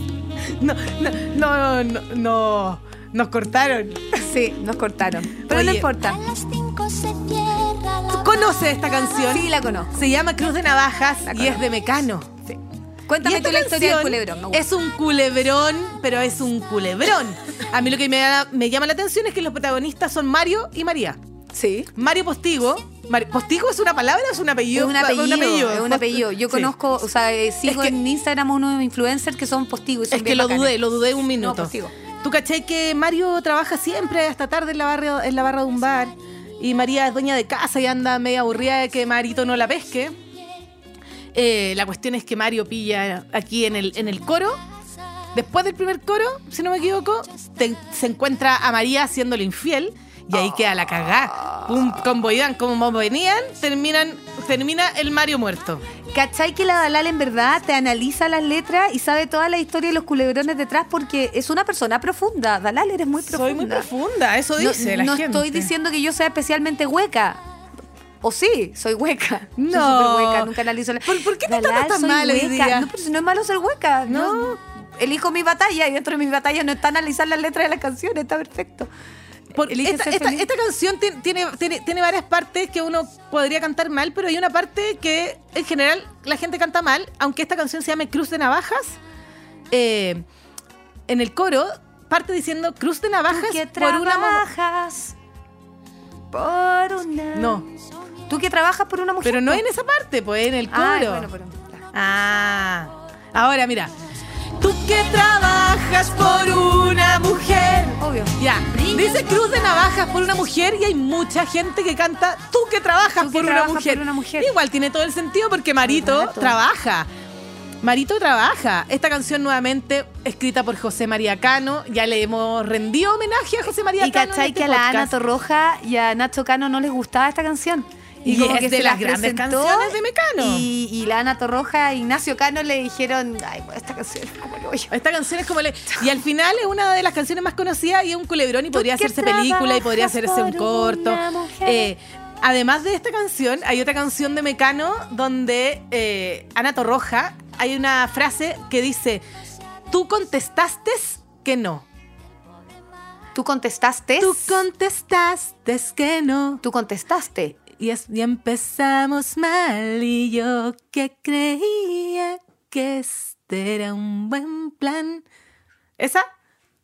[SPEAKER 1] No, no, no, no, no. Nos cortaron.
[SPEAKER 2] Sí, nos cortaron. Pero no
[SPEAKER 1] Oye.
[SPEAKER 2] importa.
[SPEAKER 3] las 5 se cierra la
[SPEAKER 1] ¿Tú conoces esta canción?
[SPEAKER 2] Sí, la conozco.
[SPEAKER 1] Se llama Cruz de Navajas
[SPEAKER 2] La
[SPEAKER 1] y es de Mecano.
[SPEAKER 2] Sí.
[SPEAKER 1] Y
[SPEAKER 2] Cuéntame
[SPEAKER 1] esta
[SPEAKER 2] tú la historia del
[SPEAKER 1] canción
[SPEAKER 2] culebrón. me gusta.
[SPEAKER 1] Es un culebrón, pero es un culebrón. A mí lo que me, da- me llama la atención es que los protagonistas son Mario y María.
[SPEAKER 2] Sí.
[SPEAKER 1] Mario Postigo. Mari- ¿Postigo es una palabra o es un
[SPEAKER 2] Es
[SPEAKER 1] apellido?
[SPEAKER 2] un apellido, es un
[SPEAKER 1] Post-
[SPEAKER 2] apellido. Yo
[SPEAKER 1] Sí.
[SPEAKER 2] conozco, o sea, eh, sigo
[SPEAKER 1] que-
[SPEAKER 2] en Instagram a unos influencers que son postigos. y son
[SPEAKER 1] Es que
[SPEAKER 2] bien
[SPEAKER 1] lo
[SPEAKER 2] bacanes.
[SPEAKER 1] dudé, lo dudé un minuto.
[SPEAKER 2] Postigo.
[SPEAKER 1] ¿Tú caché que Mario trabaja siempre hasta tarde en la, barra, en la barra de un bar? Y María es dueña de casa y anda media aburrida de que Marito no la pesque. Eh, la cuestión es que Mario pilla aquí en el, en el coro. Después del primer coro, si no me equivoco, te- se encuentra a María haciéndole infiel. Y ahí queda la cagá. Pum, como iban, como venían, terminan, termina el Mario muerto.
[SPEAKER 2] ¿Cachai que la Dalal en verdad te analiza las letras y sabe toda la historia de los culebrones detrás porque es una persona profunda? Dalal, eres muy profunda.
[SPEAKER 1] Soy muy profunda, eso
[SPEAKER 2] No-
[SPEAKER 1] dice la
[SPEAKER 2] no
[SPEAKER 1] gente.
[SPEAKER 2] estoy diciendo que yo sea especialmente hueca. O sí, soy hueca. Soy
[SPEAKER 1] No.
[SPEAKER 2] súper hueca, nunca analizo la...
[SPEAKER 1] ¿Por- por qué te
[SPEAKER 2] Dalal,
[SPEAKER 1] tratas tan
[SPEAKER 2] soy
[SPEAKER 1] mal hoy
[SPEAKER 2] hueca.
[SPEAKER 1] día?
[SPEAKER 2] No, pero si no es malo ser hueca. No.
[SPEAKER 1] No.
[SPEAKER 2] Elijo mi batalla y dentro de mi batalla no está analizar las letras de las canciones, está perfecto.
[SPEAKER 1] Por-
[SPEAKER 2] Elige
[SPEAKER 1] esta,
[SPEAKER 2] ser
[SPEAKER 1] esta-
[SPEAKER 2] feliz.
[SPEAKER 1] esta canción ti- tiene, tiene, tiene varias partes que uno podría cantar mal, pero hay una parte que en general la gente canta mal, aunque esta canción se llame Cruz de Navajas. eh, en el coro parte diciendo Cruz de Navajas
[SPEAKER 2] que
[SPEAKER 1] por una mujer.
[SPEAKER 2] trabajas por una...
[SPEAKER 1] No,
[SPEAKER 2] Tú que trabajas por una mujer.
[SPEAKER 1] pero no en esa parte, pues en el coro.
[SPEAKER 2] Ay, bueno, pero-
[SPEAKER 1] Ah, ahora mira. Tú que trabajas por una mujer.
[SPEAKER 2] Obvio.
[SPEAKER 1] Ya, dice Cruz de Navajas por una mujer y hay mucha gente que canta Tú que trabajas,
[SPEAKER 2] Tú que
[SPEAKER 1] por, una
[SPEAKER 2] trabajas
[SPEAKER 1] mujer.
[SPEAKER 2] por una mujer.
[SPEAKER 1] Igual tiene todo el sentido porque Marito
[SPEAKER 2] rato.
[SPEAKER 1] trabaja. Marito trabaja. Esta canción nuevamente escrita por José María Cano. Ya le hemos rendido homenaje a José María
[SPEAKER 2] Y
[SPEAKER 1] Cano. en
[SPEAKER 2] cachai
[SPEAKER 1] este
[SPEAKER 2] que a la Ana
[SPEAKER 1] podcast.
[SPEAKER 2] Torroja y a Nacho Cano no les gustaba esta canción.
[SPEAKER 1] Y es de
[SPEAKER 2] se
[SPEAKER 1] las grandes
[SPEAKER 2] presentó
[SPEAKER 1] canciones de Mecano.
[SPEAKER 2] Y, y la Ana Torroja e Ignacio Cano le dijeron, ay, bueno, esta canción es como lo voy a...
[SPEAKER 1] Esta canción es como le... Y al final es una de las canciones más conocidas y es un culebrón y podría
[SPEAKER 2] que
[SPEAKER 1] hacerse película y podría
[SPEAKER 2] trabajas
[SPEAKER 1] hacerse un
[SPEAKER 2] por
[SPEAKER 1] corto.
[SPEAKER 2] una mujer.
[SPEAKER 1] Eh, además de esta canción, hay otra canción de Mecano donde eh, Ana Torroja, hay una frase que dice, tú contestaste que no.
[SPEAKER 2] Tú contestaste.
[SPEAKER 1] Tú contestaste que no.
[SPEAKER 2] Tú contestaste.
[SPEAKER 1] Y, es- y empezamos mal y yo que creía que este era un buen plan. ¿Esa?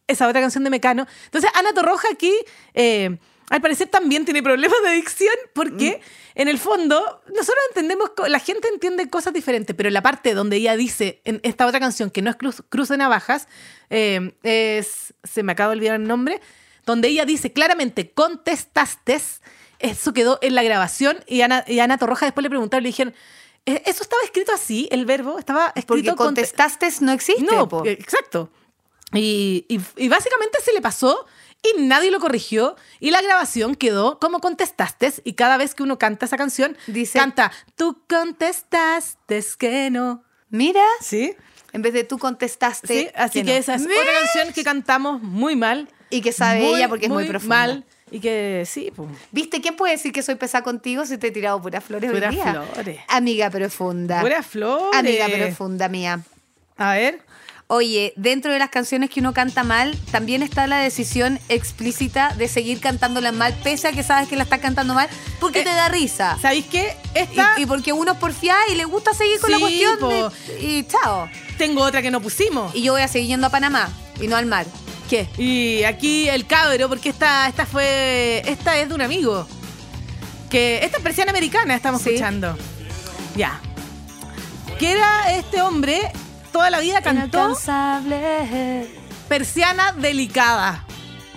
[SPEAKER 1] esa otra canción de Mecano. Entonces, Ana Torroja aquí, eh, al parecer, también tiene problemas de adicción porque, en el fondo, nosotros entendemos, co- la gente entiende cosas diferentes, pero la parte donde ella dice en esta otra canción que no es Cruz, Cruz de Navajas, eh, es, se me acaba de olvidar el nombre, donde ella dice claramente, contestaste, eso quedó en la grabación y Ana, y Ana Torroja después le preguntaron, le dijeron, "¿E- ¿eso estaba escrito así, el verbo? Estaba
[SPEAKER 2] Porque
[SPEAKER 1] escrito conte-
[SPEAKER 2] contestaste no existe.
[SPEAKER 1] no,
[SPEAKER 2] po.
[SPEAKER 1] eh, exacto. Y, y- y básicamente se le pasó y nadie lo corrigió y la grabación quedó como contestaste y cada vez que uno canta esa canción,
[SPEAKER 2] Dice-
[SPEAKER 1] canta, tú contestaste que no.
[SPEAKER 2] Mira,
[SPEAKER 1] ¿Sí?
[SPEAKER 2] en vez de tú contestaste.
[SPEAKER 1] Sí, así que,
[SPEAKER 2] no.
[SPEAKER 1] esa es
[SPEAKER 2] Ve-
[SPEAKER 1] otra canción que cantamos muy mal.
[SPEAKER 2] Y que sabe
[SPEAKER 1] Muy,
[SPEAKER 2] ella porque es muy, profunda.
[SPEAKER 1] mal y que sí, pues,
[SPEAKER 2] ¿Viste? ¿Quién puede decir que soy pesada contigo si te he tirado puras flores
[SPEAKER 1] Puras
[SPEAKER 2] hoy día?
[SPEAKER 1] flores.
[SPEAKER 2] Amiga profunda.
[SPEAKER 1] pura flor.
[SPEAKER 2] Amiga profunda mía.
[SPEAKER 1] A ver.
[SPEAKER 2] Oye, dentro de las canciones que uno canta mal, también está la decisión explícita de seguir cantándolas mal, pese a que sabes que la estás cantando mal, porque
[SPEAKER 1] Eh,
[SPEAKER 2] te da risa.
[SPEAKER 1] ¿Sabéis qué? Esta
[SPEAKER 2] Y, y porque uno es porfiado y le gusta seguir con la
[SPEAKER 1] Sí,
[SPEAKER 2] cuestión.
[SPEAKER 1] po.
[SPEAKER 2] de- y chao.
[SPEAKER 1] tengo otra que no pusimos.
[SPEAKER 2] Y yo voy a seguir yendo a Panamá y no al mar. ¿Qué?
[SPEAKER 1] Y aquí el cabro, porque esta, esta fue. Esta es de un amigo. Que. Esta es persiana americana, estamos
[SPEAKER 2] Sí.
[SPEAKER 1] escuchando. Ya. Que era este hombre, toda la vida cantó
[SPEAKER 2] Inalcanzable.
[SPEAKER 1] persiana delicada.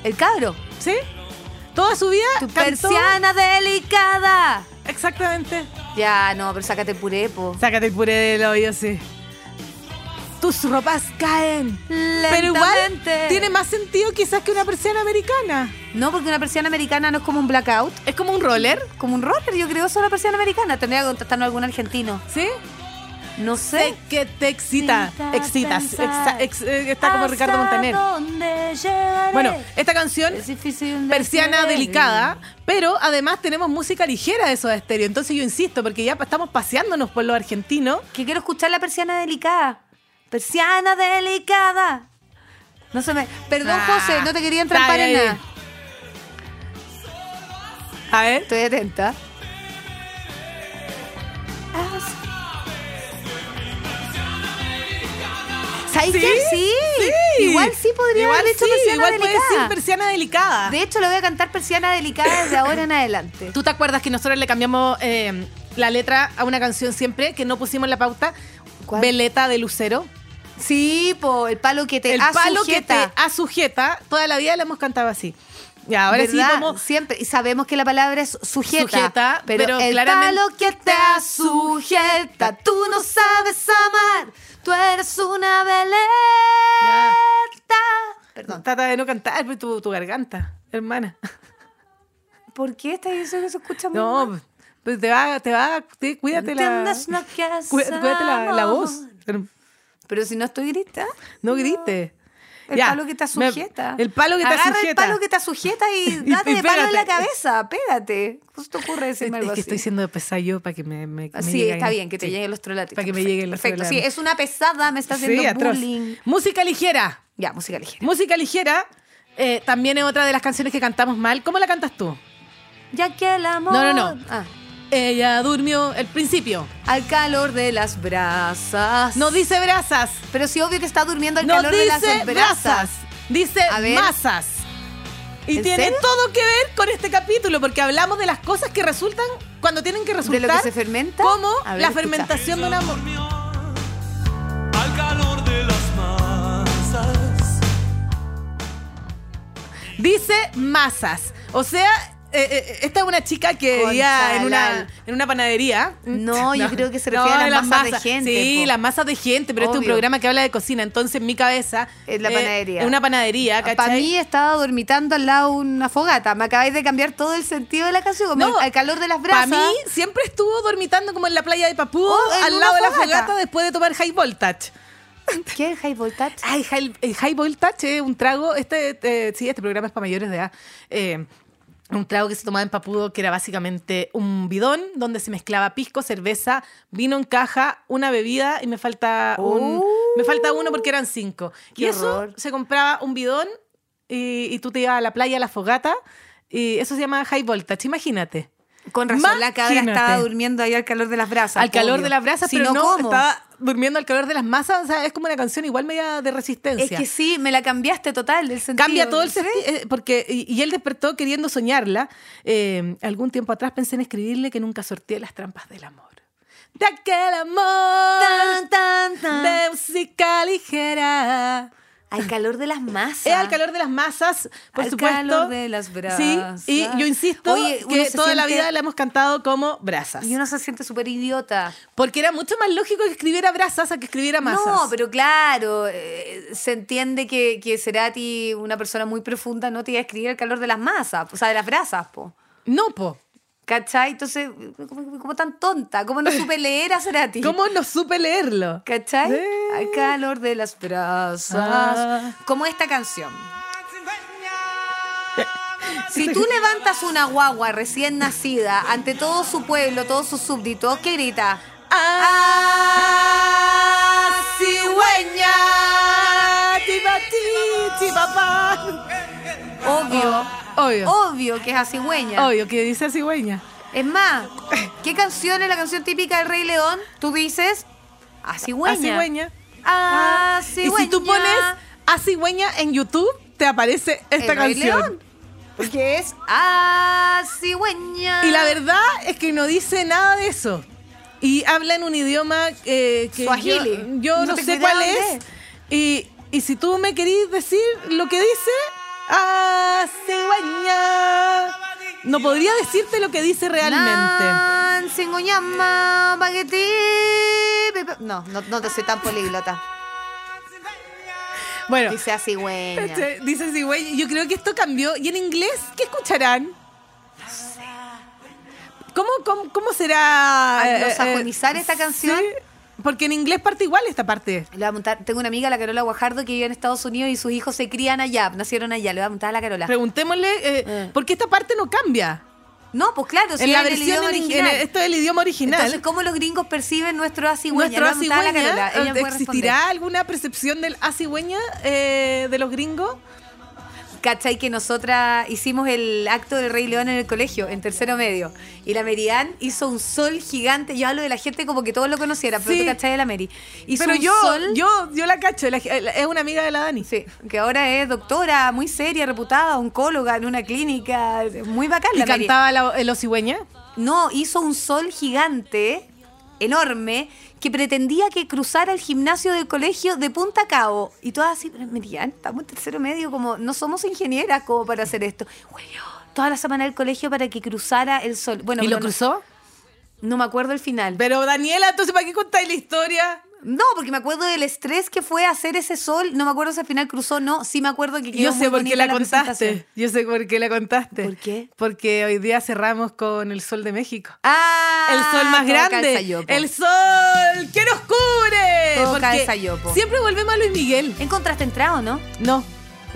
[SPEAKER 2] El cabro.
[SPEAKER 1] ¿Sí? Toda su vida
[SPEAKER 2] Tu
[SPEAKER 1] cantó.
[SPEAKER 2] persiana delicada.
[SPEAKER 1] Exactamente.
[SPEAKER 2] Ya, no, pero sácate puré, po.
[SPEAKER 1] Sácate el puré del oído, sí. Tus ropas caen. Pero igual
[SPEAKER 2] Lentamente.
[SPEAKER 1] tiene más sentido quizás que una persiana americana.
[SPEAKER 2] No, porque una persiana americana no es como un blackout.
[SPEAKER 1] Es como un roller,
[SPEAKER 2] Como un roller, yo creo, solo persiana americana. Tendría que contestarnos algún argentino.
[SPEAKER 1] ¿sí?
[SPEAKER 2] No
[SPEAKER 1] Sé
[SPEAKER 2] sé.
[SPEAKER 1] que te excita,
[SPEAKER 3] Excita
[SPEAKER 1] excitas, exa-
[SPEAKER 3] pensar.
[SPEAKER 1] ex- eh, está como Ricardo Montaner. Bueno, esta canción
[SPEAKER 2] es difícil. de
[SPEAKER 1] persiana
[SPEAKER 2] creer.
[SPEAKER 1] delicada, pero además tenemos música ligera de Soda Stereo, entonces yo insisto porque ya estamos paseándonos por lo argentino.
[SPEAKER 2] Que quiero escuchar la persiana delicada. Persiana delicada. No se me. Perdón,
[SPEAKER 1] Ah,
[SPEAKER 2] José, no te quería entrampar
[SPEAKER 1] está
[SPEAKER 2] en
[SPEAKER 1] bien,
[SPEAKER 2] nada.
[SPEAKER 1] A ver,
[SPEAKER 2] Estoy atenta. ¿Sabes
[SPEAKER 1] ¿Sí?
[SPEAKER 2] qué? Sí.
[SPEAKER 1] Sí.
[SPEAKER 2] Igual sí podría
[SPEAKER 1] igual
[SPEAKER 2] haber hecho
[SPEAKER 1] sí,
[SPEAKER 2] persiana
[SPEAKER 1] igual puede
[SPEAKER 2] delicada.
[SPEAKER 1] ser persiana delicada.
[SPEAKER 2] De hecho, lo voy a cantar persiana delicada desde ahora en adelante.
[SPEAKER 1] ¿Tú te acuerdas que nosotros le cambiamos eh, la letra a una canción siempre que no pusimos en la pauta?
[SPEAKER 2] ¿Cuál?
[SPEAKER 1] Veleta de Lucero.
[SPEAKER 2] Sí, po, el palo que te
[SPEAKER 1] el palo que te asujeta, toda la vida la hemos cantado así. Y ahora sí vamos
[SPEAKER 2] siempre y sabemos que la palabra es sujeta,
[SPEAKER 1] Sujeta,
[SPEAKER 2] pero,
[SPEAKER 1] pero
[SPEAKER 2] el
[SPEAKER 1] claramente-
[SPEAKER 2] palo que te sujeta, tú no sabes amar, tú eres una veleta. Perdón.
[SPEAKER 1] Trata de no cantar pues, tu, tu garganta, hermana.
[SPEAKER 2] ¿Por qué estás diciendo que se escucha muy mal?
[SPEAKER 1] No, pues te va, te va, te- cuídate la,
[SPEAKER 2] ¿Entiendes lo que es
[SPEAKER 1] cuí- cuídate la, la
[SPEAKER 2] amor?
[SPEAKER 1] voz. Pero
[SPEAKER 2] Pero si no estoy grita.
[SPEAKER 1] No grite.
[SPEAKER 2] El
[SPEAKER 1] Ya,
[SPEAKER 2] palo que te
[SPEAKER 1] me-
[SPEAKER 2] sujeta.
[SPEAKER 1] el palo que te
[SPEAKER 2] Agarra el
[SPEAKER 1] sujeta.
[SPEAKER 2] palo que te sujeta y
[SPEAKER 1] Y-
[SPEAKER 2] date
[SPEAKER 1] y
[SPEAKER 2] de palo en la
[SPEAKER 1] pégate.
[SPEAKER 2] cabeza. Pégate. ¿Cómo se te ocurre
[SPEAKER 1] Es,
[SPEAKER 2] decirme
[SPEAKER 1] es
[SPEAKER 2] algo
[SPEAKER 1] que
[SPEAKER 2] así?
[SPEAKER 1] estoy siendo pesada yo para que me, me, me
[SPEAKER 2] Sí,
[SPEAKER 1] lleguen-
[SPEAKER 2] está bien, que te
[SPEAKER 1] sí.
[SPEAKER 2] lleguen los trolatitos.
[SPEAKER 1] Para que me
[SPEAKER 2] Perfecto,
[SPEAKER 1] lleguen los
[SPEAKER 2] Perfecto, sí,
[SPEAKER 1] trolatitos.
[SPEAKER 2] es una pesada, me está haciendo
[SPEAKER 1] Sí, atroz.
[SPEAKER 2] bullying.
[SPEAKER 1] Música ligera.
[SPEAKER 2] Ya, música ligera.
[SPEAKER 1] Música ligera eh, también es otra de las canciones que cantamos mal. ¿Cómo la cantas tú?
[SPEAKER 2] Ya que el amor...
[SPEAKER 1] No, no, no.
[SPEAKER 2] Ah,
[SPEAKER 1] Ella durmió el principio.
[SPEAKER 2] al calor de las brasas.
[SPEAKER 1] No dice brasas.
[SPEAKER 2] Pero sí, obvio que está durmiendo al
[SPEAKER 1] No
[SPEAKER 2] calor de las
[SPEAKER 1] dice brasas. Dice
[SPEAKER 2] A ver.
[SPEAKER 1] masas. Y
[SPEAKER 2] ¿En
[SPEAKER 1] tiene
[SPEAKER 2] serio?
[SPEAKER 1] todo que ver con este capítulo, porque hablamos de las cosas que resultan cuando tienen que
[SPEAKER 2] De
[SPEAKER 1] resultar.
[SPEAKER 2] lo que se fermenta.
[SPEAKER 1] Como
[SPEAKER 2] A ver,
[SPEAKER 1] la
[SPEAKER 2] escucha.
[SPEAKER 1] fermentación de un amor.
[SPEAKER 4] Al calor de las masas.
[SPEAKER 1] Dice masas. O sea, eh, eh, esta es una chica que vivía
[SPEAKER 2] Concha
[SPEAKER 1] en
[SPEAKER 2] la-
[SPEAKER 1] una, en una panadería.
[SPEAKER 2] No, yo creo que se refiere a las masas de gente,
[SPEAKER 1] Sí,
[SPEAKER 2] po.
[SPEAKER 1] las masas de gente, pero este es
[SPEAKER 2] Obvio.
[SPEAKER 1] un programa que habla de cocina. Entonces, en mi cabeza.
[SPEAKER 2] Es la
[SPEAKER 1] eh,
[SPEAKER 2] panadería.
[SPEAKER 1] Es una panadería, ¿cachai?
[SPEAKER 2] Para Ah, mí estaba dormitando al lado de una fogata. Me acabáis de cambiar todo el sentido de la canción. Como
[SPEAKER 1] No,
[SPEAKER 2] al calor de las
[SPEAKER 1] Para
[SPEAKER 2] brasas.
[SPEAKER 1] mí siempre estuvo dormitando como en la playa de Papú,
[SPEAKER 2] Oh, en
[SPEAKER 1] al
[SPEAKER 2] una
[SPEAKER 1] lado de la
[SPEAKER 2] fogata.
[SPEAKER 1] fogata después de tomar high voltage.
[SPEAKER 2] ¿Qué es High Voltage?
[SPEAKER 1] Ay, high, el high voltage es un trago, este, eh, sí, este programa es para mayores de edad. Eh, un trago que se tomaba en Papudo, que era básicamente un bidón donde se mezclaba pisco, cerveza, vino en caja, una bebida y me falta un,
[SPEAKER 2] Oh.
[SPEAKER 1] me falta uno porque eran cinco. Y
[SPEAKER 2] Qué
[SPEAKER 1] eso
[SPEAKER 2] horror.
[SPEAKER 1] se compraba un bidón y, y tú te ibas a la playa, a la fogata, y eso se llama high voltage, imagínate.
[SPEAKER 2] Con razón, la cabra
[SPEAKER 1] Imagínate.
[SPEAKER 2] estaba durmiendo ahí al calor de las brasas.
[SPEAKER 1] al calor
[SPEAKER 2] obvio.
[SPEAKER 1] de las brasas,
[SPEAKER 2] Si
[SPEAKER 1] pero no,
[SPEAKER 2] ¿cómo?
[SPEAKER 1] estaba durmiendo al calor de las masas. O sea, es como una canción igual media de resistencia.
[SPEAKER 2] Es que sí, me la cambiaste total el sentido.
[SPEAKER 1] Cambia todo el
[SPEAKER 2] Sí.
[SPEAKER 1] sentido. Porque, y, y él despertó queriendo soñarla. Eh, algún tiempo atrás pensé en escribirle que nunca sorteé las trampas del amor. De aquel amor
[SPEAKER 2] Tan, tan, tan.
[SPEAKER 1] de música ligera.
[SPEAKER 2] Al calor de las masas.
[SPEAKER 1] Es al calor de las masas, por
[SPEAKER 2] Al
[SPEAKER 1] supuesto.
[SPEAKER 2] calor de las brasas.
[SPEAKER 1] Sí, y yo insisto
[SPEAKER 2] Oye, uno
[SPEAKER 1] que
[SPEAKER 2] se
[SPEAKER 1] toda la
[SPEAKER 2] siente-
[SPEAKER 1] vida la hemos cantado como brasas.
[SPEAKER 2] Y uno se siente súper idiota.
[SPEAKER 1] Porque era mucho más lógico que escribiera brasas a que escribiera masas.
[SPEAKER 2] No, pero claro, eh, se entiende que, que Cerati, una persona muy profunda, no te iba a escribir el calor de las masas, o sea, de las brasas, po.
[SPEAKER 1] No, po.
[SPEAKER 2] ¿Cachai? Entonces, como, como tan tonta, como no supe leer a Cerati.
[SPEAKER 1] ¿Cómo no supe leerlo?
[SPEAKER 2] ¿Cachai?
[SPEAKER 1] Eh.
[SPEAKER 2] Al calor de las brasas.
[SPEAKER 1] Ah.
[SPEAKER 2] Como esta canción. Si tú levantas una guagua recién nacida ante todo su pueblo, todos sus súbditos, ¿qué grita?
[SPEAKER 1] Ah, cigüeña, tibatí, tibapá.
[SPEAKER 2] Obvio,
[SPEAKER 1] Obvio,
[SPEAKER 2] obvio que es a cigüeña.
[SPEAKER 1] obvio, que dice cigüeña.
[SPEAKER 2] Es más, ¿qué canción es la canción típica del Rey León? Tú dices Ah, a
[SPEAKER 1] A
[SPEAKER 2] cigüeña.
[SPEAKER 1] cigüeña.
[SPEAKER 2] A
[SPEAKER 1] Y si tú
[SPEAKER 2] cigüeña.
[SPEAKER 1] pones a cigüeña en YouTube, te aparece esta
[SPEAKER 2] El Rey
[SPEAKER 1] canción.
[SPEAKER 2] León, Porque es a cigüeña.
[SPEAKER 1] Y la verdad es que no dice nada de eso. Y habla en un idioma eh, que
[SPEAKER 2] Swahili.
[SPEAKER 1] yo, yo
[SPEAKER 2] No
[SPEAKER 1] no,
[SPEAKER 2] tengo
[SPEAKER 1] sé
[SPEAKER 2] idea
[SPEAKER 1] cuál
[SPEAKER 2] dónde
[SPEAKER 1] es. Y, y si tú me querís decir lo que dice, ah, cigüeña. No podría decirte lo que dice realmente.
[SPEAKER 2] Nan, singoñama, baguetí, pepe- No, no, no te soy tan políglota.
[SPEAKER 1] Bueno,
[SPEAKER 2] Dice a cigüeña.
[SPEAKER 1] este, dice cigüeña. Yo creo que esto cambió. ¿Y en inglés qué escucharán? ¿Cómo, cómo, cómo será? eh,
[SPEAKER 2] ¿Anglosajonizar esta canción?
[SPEAKER 1] sí, porque en inglés parte igual esta parte.
[SPEAKER 2] Le voy a preguntar- tengo una amiga, la Carola Guajardo, que vive en Estados Unidos y sus hijos se crían allá, nacieron allá. Le voy a preguntar a la Carola.
[SPEAKER 1] Preguntémosle, eh,
[SPEAKER 2] Eh.
[SPEAKER 1] ¿por qué esta parte no cambia?
[SPEAKER 2] No, pues claro, si
[SPEAKER 1] en la
[SPEAKER 2] era el
[SPEAKER 1] versión
[SPEAKER 2] idioma
[SPEAKER 1] en- en-
[SPEAKER 2] original.
[SPEAKER 1] esto es el idioma original.
[SPEAKER 2] Entonces, ¿cómo los gringos perciben nuestro asigüeña?
[SPEAKER 1] ¿Nuestro asigüeña?
[SPEAKER 2] Ella puede
[SPEAKER 1] ¿Existirá alguna percepción del asigüeña eh, de los gringos?
[SPEAKER 2] responder. ¿Cachai? Que nosotras hicimos el acto del Rey León en el colegio, en tercero medio. Y la Merian hizo un sol gigante. Yo hablo de la gente como que todos lo conocieran, pero
[SPEAKER 1] Sí.
[SPEAKER 2] tú cachai de la Meri. Hizo
[SPEAKER 1] Pero
[SPEAKER 2] un
[SPEAKER 1] yo,
[SPEAKER 2] sol.
[SPEAKER 1] yo, yo la cacho, la- la- es una amiga de la Dani.
[SPEAKER 2] Sí, que ahora es doctora, muy seria, reputada, oncóloga en una clínica. Muy bacán
[SPEAKER 1] ¿Y
[SPEAKER 2] la Meri.
[SPEAKER 1] cantaba la, eh, el osigüeña?
[SPEAKER 2] No, hizo un sol gigante, enorme, que pretendía que cruzara el gimnasio del colegio de punta a cabo. Y todas así, pero Miriam, estamos en tercero medio, como no somos ingenieras como para hacer esto. Güey, toda la semana del colegio para que cruzara el sol. Bueno,
[SPEAKER 1] ¿Y lo
[SPEAKER 2] pero no-
[SPEAKER 1] cruzó?
[SPEAKER 2] No, me acuerdo el final.
[SPEAKER 1] Pero Daniela, entonces, ¿para qué contáis la historia?
[SPEAKER 2] No, porque me acuerdo del estrés que fue hacer ese sol. No me acuerdo si al final cruzó, no. Sí me acuerdo que quedó
[SPEAKER 1] Yo
[SPEAKER 2] muy
[SPEAKER 1] sé por qué
[SPEAKER 2] bonita
[SPEAKER 1] la
[SPEAKER 2] presentación.
[SPEAKER 1] contaste. Yo sé por qué la contaste.
[SPEAKER 2] ¿Por qué?
[SPEAKER 1] Porque hoy día cerramos con el Sol de México.
[SPEAKER 2] Ah,
[SPEAKER 1] El sol más
[SPEAKER 2] todo
[SPEAKER 1] grande.
[SPEAKER 2] calza yo, po.
[SPEAKER 1] el sol que nos cubre.
[SPEAKER 2] Todo
[SPEAKER 1] Porque
[SPEAKER 2] calza yo, po.
[SPEAKER 1] Siempre volvemos a Luis Miguel.
[SPEAKER 2] ¿Encontraste entrado, no?
[SPEAKER 1] No,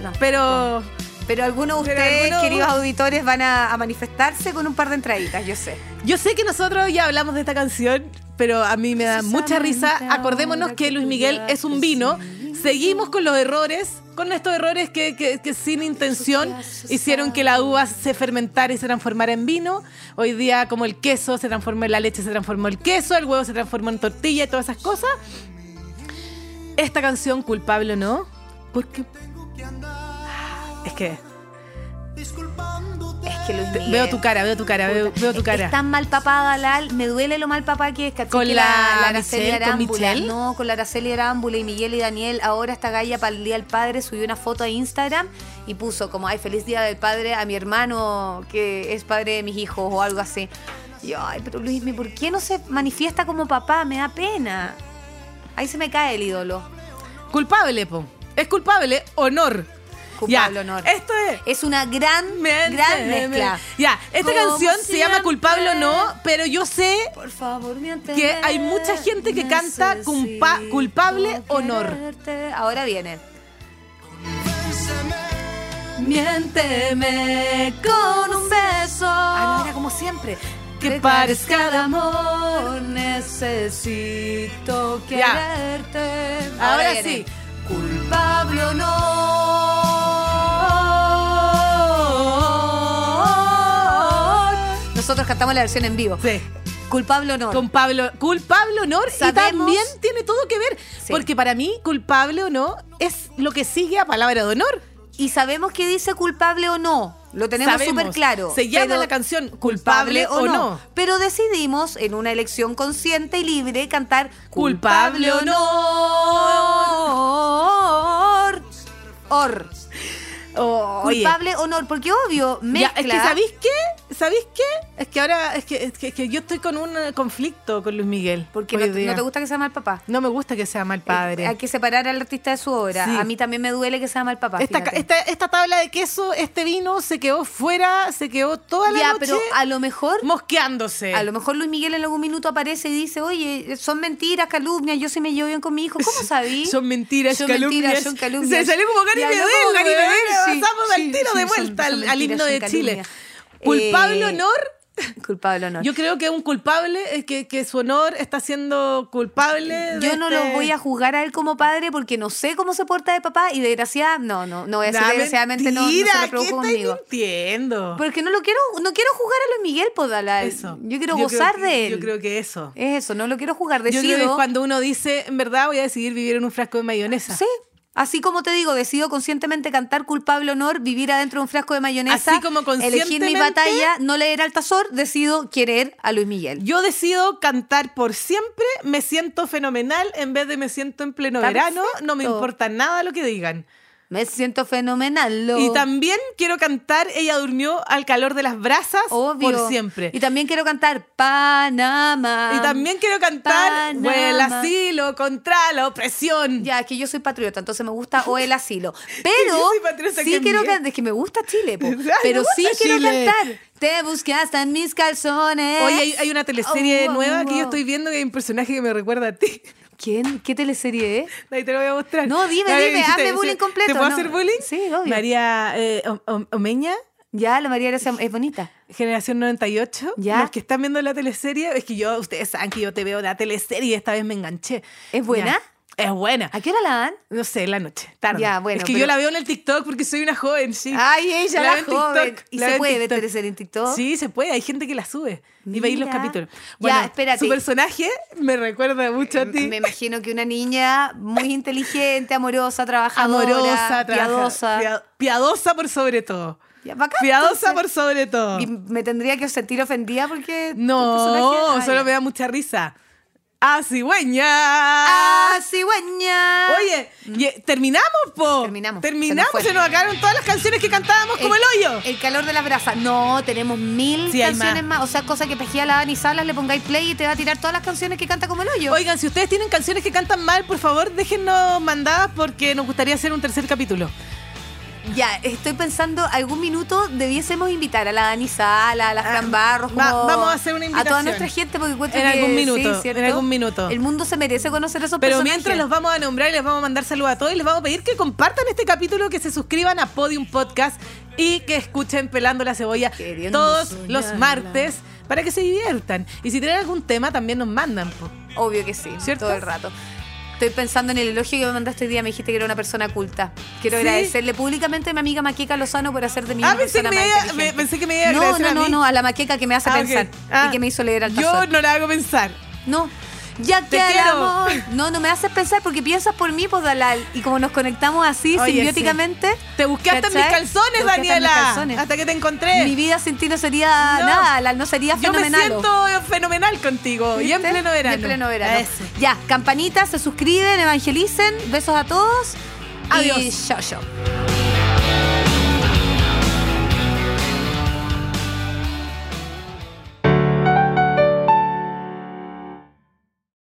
[SPEAKER 2] No.
[SPEAKER 1] pero
[SPEAKER 2] Pero algunos de
[SPEAKER 1] Pero
[SPEAKER 2] ustedes,
[SPEAKER 1] algunos-
[SPEAKER 2] queridos auditores, van a, a manifestarse con un par de entraditas, yo sé.
[SPEAKER 1] yo sé que nosotros ya hablamos de esta canción, pero a mí me da mucha risa. Acordémonos que Luis Miguel es un vino. Seguimos con los errores, con estos errores que, que- que sin intención hicieron que la uva se fermentara y se transformara en vino. Hoy día como el queso se transformó en la leche, se transformó el queso, el huevo se transformó en tortilla y todas esas cosas. Esta canción, culpable o no, porque... Es que
[SPEAKER 2] Es que Luis
[SPEAKER 1] te-
[SPEAKER 2] Miguel.
[SPEAKER 1] veo tu cara, veo tu cara, veo, veo tu
[SPEAKER 2] Es que
[SPEAKER 1] cara.
[SPEAKER 2] Es tan mal papada la Al, me duele lo mal papada que es ¿cachai?
[SPEAKER 1] Con
[SPEAKER 2] Que
[SPEAKER 1] la Michelle, con
[SPEAKER 2] Arámbula.
[SPEAKER 1] Michelle.
[SPEAKER 2] No, con la Araceli Arámbula y Miguel y Daniel. Ahora esta galla para el Día del Padre subió una foto a Instagram y puso como, ay, feliz Día del Padre a mi hermano que es padre de mis hijos o algo así. Y yo, ay, pero Luis, ¿por qué no se manifiesta como papá? Me da pena. Ahí se me cae el ídolo.
[SPEAKER 1] Culpable, po. Es culpable, honor.
[SPEAKER 2] Culpable,
[SPEAKER 1] Ya,
[SPEAKER 2] honor.
[SPEAKER 1] Esto es.
[SPEAKER 2] Es una gran, gran mezcla.
[SPEAKER 1] Ya, esta
[SPEAKER 2] Como
[SPEAKER 1] canción se llama
[SPEAKER 2] siempre.
[SPEAKER 1] Culpable o no, pero yo sé
[SPEAKER 2] Por favor, miénteme.
[SPEAKER 1] que hay mucha gente que canta culpa-
[SPEAKER 2] Necesito
[SPEAKER 1] culpable honor.
[SPEAKER 2] quererte. Ahora viene.
[SPEAKER 1] Miénteme
[SPEAKER 2] Con un beso.
[SPEAKER 1] Ah, no, era como siempre. Que
[SPEAKER 2] Te
[SPEAKER 1] parezca de amor.
[SPEAKER 2] amor. Necesito
[SPEAKER 1] Ya.
[SPEAKER 2] quererte.
[SPEAKER 1] Ahora
[SPEAKER 2] viene.
[SPEAKER 1] sí.
[SPEAKER 2] Culpable honor. No nosotros cantamos la versión en vivo.
[SPEAKER 1] Sí.
[SPEAKER 2] Culpable honor.
[SPEAKER 1] Con Pablo, culpable o no, y
[SPEAKER 2] Sabemos-
[SPEAKER 1] también tiene todo que ver,
[SPEAKER 2] Sí.
[SPEAKER 1] porque para mí culpable o no es lo que sigue a palabra de honor.
[SPEAKER 2] y sabemos que dice culpable o no. Lo tenemos
[SPEAKER 1] Sabemos.
[SPEAKER 2] súper claro.
[SPEAKER 1] Se llama
[SPEAKER 2] Pero-
[SPEAKER 1] la canción culpable, o no.
[SPEAKER 2] Pero decidimos, en una elección consciente y libre, cantar
[SPEAKER 1] Culpable o
[SPEAKER 2] honor. Or. Oh,
[SPEAKER 1] Oye,
[SPEAKER 2] Culpable honor. Porque obvio,
[SPEAKER 1] ya,
[SPEAKER 2] mezcla.
[SPEAKER 1] es que ¿sabéis qué? ¿Sabéis qué? Es que ahora es que, es que, es que yo estoy con un eh, conflicto con Luis Miguel.
[SPEAKER 2] Porque
[SPEAKER 1] hoy
[SPEAKER 2] no, te-
[SPEAKER 1] día.
[SPEAKER 2] no te gusta que sea mal papá.
[SPEAKER 1] No me gusta que sea mal padre.
[SPEAKER 2] Eh, Hay que separar al artista de su obra.
[SPEAKER 1] Sí.
[SPEAKER 2] A mí también me duele que sea mal papá.
[SPEAKER 1] esta, ca-
[SPEAKER 2] fíjate.
[SPEAKER 1] esta, esta tabla de queso, este vino se quedó fuera, se quedó toda la
[SPEAKER 2] ya,
[SPEAKER 1] noche
[SPEAKER 2] pero a lo mejor
[SPEAKER 1] mosqueándose.
[SPEAKER 2] A lo mejor Luis Miguel en algún minuto aparece y dice, oye, son mentiras, calumnias, yo sí me llevo bien con mi hijo. ¿Cómo sabí?
[SPEAKER 1] Son mentiras,
[SPEAKER 2] Son
[SPEAKER 1] calumnias.
[SPEAKER 2] mentiras, son calumnias.
[SPEAKER 1] Se salió como Gary
[SPEAKER 2] Y habló
[SPEAKER 1] Medel,
[SPEAKER 2] como
[SPEAKER 1] Gary
[SPEAKER 2] huevón,
[SPEAKER 1] Medel,
[SPEAKER 2] sí,
[SPEAKER 1] pasamos
[SPEAKER 2] sí,
[SPEAKER 1] al tiro
[SPEAKER 2] sí,
[SPEAKER 1] de
[SPEAKER 2] son-
[SPEAKER 1] vuelta al-
[SPEAKER 2] son
[SPEAKER 1] al,
[SPEAKER 2] mentiras,
[SPEAKER 1] himno
[SPEAKER 2] son
[SPEAKER 1] de Chile.
[SPEAKER 2] calumnias.
[SPEAKER 1] Culpable
[SPEAKER 2] Eh,
[SPEAKER 1] honor.
[SPEAKER 2] Culpable honor. Yo,
[SPEAKER 1] Yo creo que un culpable es que, que su honor está siendo culpable. de
[SPEAKER 2] no
[SPEAKER 1] este-
[SPEAKER 2] lo voy a juzgar a él como padre porque no sé cómo se porta de papá y desgraciadamente, no, no, no voy a decir
[SPEAKER 1] Nah,
[SPEAKER 2] desgraciadamente no, no
[SPEAKER 1] mentira,
[SPEAKER 2] se
[SPEAKER 1] ¿qué
[SPEAKER 2] reprodujo
[SPEAKER 1] estáis
[SPEAKER 2] conmigo.
[SPEAKER 1] mintiendo?
[SPEAKER 2] Porque no lo quiero, no quiero juzgar a Luis Miguel, Podala.
[SPEAKER 1] Eso.
[SPEAKER 2] Yo quiero
[SPEAKER 1] creo
[SPEAKER 2] gozar
[SPEAKER 1] que-
[SPEAKER 2] de él.
[SPEAKER 1] Yo creo que eso.
[SPEAKER 2] Es eso, no lo quiero juzgar.
[SPEAKER 1] Yo
[SPEAKER 2] Decido,
[SPEAKER 1] creo que es cuando uno dice, en verdad voy a decidir vivir en un frasco de mayonesa.
[SPEAKER 2] Sí. Así como te digo, decido conscientemente cantar culpable honor, vivir adentro de un frasco de mayonesa,
[SPEAKER 1] Así como
[SPEAKER 2] elegir mi
[SPEAKER 1] conscientemente-
[SPEAKER 2] batalla, no leer al tazor, decido querer a Luis Miguel.
[SPEAKER 1] Yo decido cantar por siempre, me siento fenomenal en vez de me siento en pleno
[SPEAKER 2] Está
[SPEAKER 1] verano, no me
[SPEAKER 2] perfecto.
[SPEAKER 1] importa nada lo que digan.
[SPEAKER 2] Me siento fenomenal. lo-
[SPEAKER 1] Y también quiero cantar Ella durmió al calor de las brasas
[SPEAKER 2] Obvio.
[SPEAKER 1] por siempre.
[SPEAKER 2] Y también quiero cantar Panamá.
[SPEAKER 1] Y también quiero cantar
[SPEAKER 2] Panamá.
[SPEAKER 1] "Fue el asilo contra la opresión.
[SPEAKER 2] Ya, es que yo soy patriota, entonces me gusta o el asilo.
[SPEAKER 1] Yo
[SPEAKER 2] Pero
[SPEAKER 1] soy patriota,
[SPEAKER 2] sí
[SPEAKER 1] qué
[SPEAKER 2] quiero
[SPEAKER 1] miedo.
[SPEAKER 2] cantar, es que me gusta Chile, po.
[SPEAKER 1] Ay, me
[SPEAKER 2] pero sí
[SPEAKER 1] gusta
[SPEAKER 2] quiero
[SPEAKER 1] Chile.
[SPEAKER 2] cantar. Te busqué hasta en mis calzones.
[SPEAKER 1] Hoy hay, hay una teleserie
[SPEAKER 2] Oh, wow,
[SPEAKER 1] nueva que
[SPEAKER 2] wow.
[SPEAKER 1] yo estoy viendo que hay un personaje que me recuerda a ti.
[SPEAKER 2] ¿Quién? ¿Qué teleserie es?
[SPEAKER 1] Ahí te lo voy a mostrar.
[SPEAKER 2] No, dime,
[SPEAKER 1] Ahí
[SPEAKER 2] dime, hazme bullying completo,
[SPEAKER 1] ¿Te puedo
[SPEAKER 2] no.
[SPEAKER 1] hacer bullying?
[SPEAKER 2] Sí, obvio.
[SPEAKER 1] María eh, O- O- Omeña.
[SPEAKER 2] Ya, la María Gracia es bonita.
[SPEAKER 1] Generación 98,
[SPEAKER 2] Ya.
[SPEAKER 1] los que están viendo la teleserie, es que yo, ustedes saben que yo te veo la teleserie y esta vez me enganché.
[SPEAKER 2] ¿Es buena?
[SPEAKER 1] Ya. Es buena.
[SPEAKER 2] ¿A qué hora la dan?
[SPEAKER 1] No sé, en la noche, tarde.
[SPEAKER 2] Ya, bueno,
[SPEAKER 1] Es que
[SPEAKER 2] pero- Ah,
[SPEAKER 1] yo la veo en el TikTok porque soy una joven, sí.
[SPEAKER 2] Ay, ella, la
[SPEAKER 1] veo en
[SPEAKER 2] joven. ¿Y
[SPEAKER 1] la
[SPEAKER 2] se
[SPEAKER 1] veo en
[SPEAKER 2] puede ver
[SPEAKER 1] TikTok.
[SPEAKER 2] teleserie en TikTok?
[SPEAKER 1] Sí, se puede, hay gente que la sube y veis los
[SPEAKER 2] Mira.
[SPEAKER 1] capítulos.
[SPEAKER 2] Ya,
[SPEAKER 1] Bueno,
[SPEAKER 2] espérate. Eh,
[SPEAKER 1] su personaje me recuerda mucho a ti.
[SPEAKER 2] Mm, Me imagino que una niña muy inteligente, amorosa, trabajadora,
[SPEAKER 1] Amorosa, trabaja-
[SPEAKER 2] piadosa.
[SPEAKER 1] pia- piadosa por sobre todo.
[SPEAKER 2] Ya, bacán,
[SPEAKER 1] Piadosa
[SPEAKER 2] entonces.
[SPEAKER 1] por sobre todo.
[SPEAKER 2] Y me tendría que sentir ofendida porque tu personaje-
[SPEAKER 1] No,
[SPEAKER 2] Ay,
[SPEAKER 1] solo
[SPEAKER 2] ya.
[SPEAKER 1] me da mucha risa. ¡Ah, cigüeña!
[SPEAKER 2] Ah, cigüeña.
[SPEAKER 1] Oye, ye- terminamos, po.
[SPEAKER 2] Terminamos.
[SPEAKER 1] Terminamos,
[SPEAKER 2] Se nos fue. Eh,
[SPEAKER 1] se nos acabaron todas las canciones que cantábamos como el hoyo.
[SPEAKER 2] El calor de las brasas. No, tenemos mil
[SPEAKER 1] Sí, hay
[SPEAKER 2] canciones más. O sea, cosa que pejía la Dani Salas, le pongáis play y te va a tirar todas las canciones que canta como el hoyo.
[SPEAKER 1] Oigan, si ustedes tienen canciones que cantan mal, por favor, déjennos mandadas porque nos gustaría hacer un tercer capítulo.
[SPEAKER 2] Ya, estoy pensando, algún minuto debiésemos invitar a la Dani Sala, a la Fran Barros.
[SPEAKER 1] Ah, va-
[SPEAKER 2] como
[SPEAKER 1] vamos a hacer una
[SPEAKER 2] A toda
[SPEAKER 1] invitación.
[SPEAKER 2] nuestra gente, porque encuentro
[SPEAKER 1] En
[SPEAKER 2] que-
[SPEAKER 1] algún minuto,
[SPEAKER 2] sí, ¿cierto?
[SPEAKER 1] en algún minuto.
[SPEAKER 2] El mundo se merece conocer esos
[SPEAKER 1] Pero
[SPEAKER 2] personajes.
[SPEAKER 1] mientras los vamos a nombrar y les vamos a mandar saludos a todos y les vamos a pedir que compartan este capítulo, que se suscriban a Podium Podcast y que escuchen Pelando la Cebolla
[SPEAKER 2] Queriendo
[SPEAKER 1] todos
[SPEAKER 2] soñarla.
[SPEAKER 1] los martes para que se diviertan. Y si tienen algún tema, también nos mandan. po.
[SPEAKER 2] Obvio que sí,
[SPEAKER 1] ¿Cierto?
[SPEAKER 2] todo el rato. Estoy pensando en el elogio que me mandaste hoy día, me dijiste que era una persona culta. Quiero
[SPEAKER 1] Sí.
[SPEAKER 2] agradecerle públicamente a mi amiga Maqueca Lozano por hacer de mí
[SPEAKER 1] Ah,
[SPEAKER 2] una
[SPEAKER 1] pensé que,
[SPEAKER 2] persona
[SPEAKER 1] me
[SPEAKER 2] más
[SPEAKER 1] iba-
[SPEAKER 2] inteligente.
[SPEAKER 1] me- pensé que me iba a
[SPEAKER 2] no,
[SPEAKER 1] agradecer
[SPEAKER 2] no,
[SPEAKER 1] a
[SPEAKER 2] no,
[SPEAKER 1] mí.
[SPEAKER 2] no, a la Maqueca que me hace
[SPEAKER 1] Ah, ok.
[SPEAKER 2] pensar
[SPEAKER 1] Ah.
[SPEAKER 2] y que me hizo leer al
[SPEAKER 1] Yo
[SPEAKER 2] tazón.
[SPEAKER 1] no la hago pensar.
[SPEAKER 2] No. Ya que el
[SPEAKER 1] quiero.
[SPEAKER 2] amor. No, no me haces pensar porque piensas por mí, pues Dalal. Y como nos conectamos así,
[SPEAKER 1] Oye,
[SPEAKER 2] simbióticamente,
[SPEAKER 1] Te busqué hasta en mis
[SPEAKER 2] ¿Cachai?
[SPEAKER 1] calzones,
[SPEAKER 2] Busqué hasta en mis
[SPEAKER 1] Daniela.
[SPEAKER 2] calzones.
[SPEAKER 1] Hasta que te encontré.
[SPEAKER 2] mi vida sin ti no sería
[SPEAKER 1] Eh. No.
[SPEAKER 2] nada, Dalal, no sería
[SPEAKER 1] Yo me
[SPEAKER 2] fenomenal.
[SPEAKER 1] siento fenomenal contigo. Y en
[SPEAKER 2] ¿Viste?
[SPEAKER 1] pleno verano.
[SPEAKER 2] Y en pleno verano.
[SPEAKER 1] Eso.
[SPEAKER 2] Ya, campanita, se suscriben, evangelicen. Besos a todos.
[SPEAKER 1] Adiós.
[SPEAKER 2] Y chao, chao.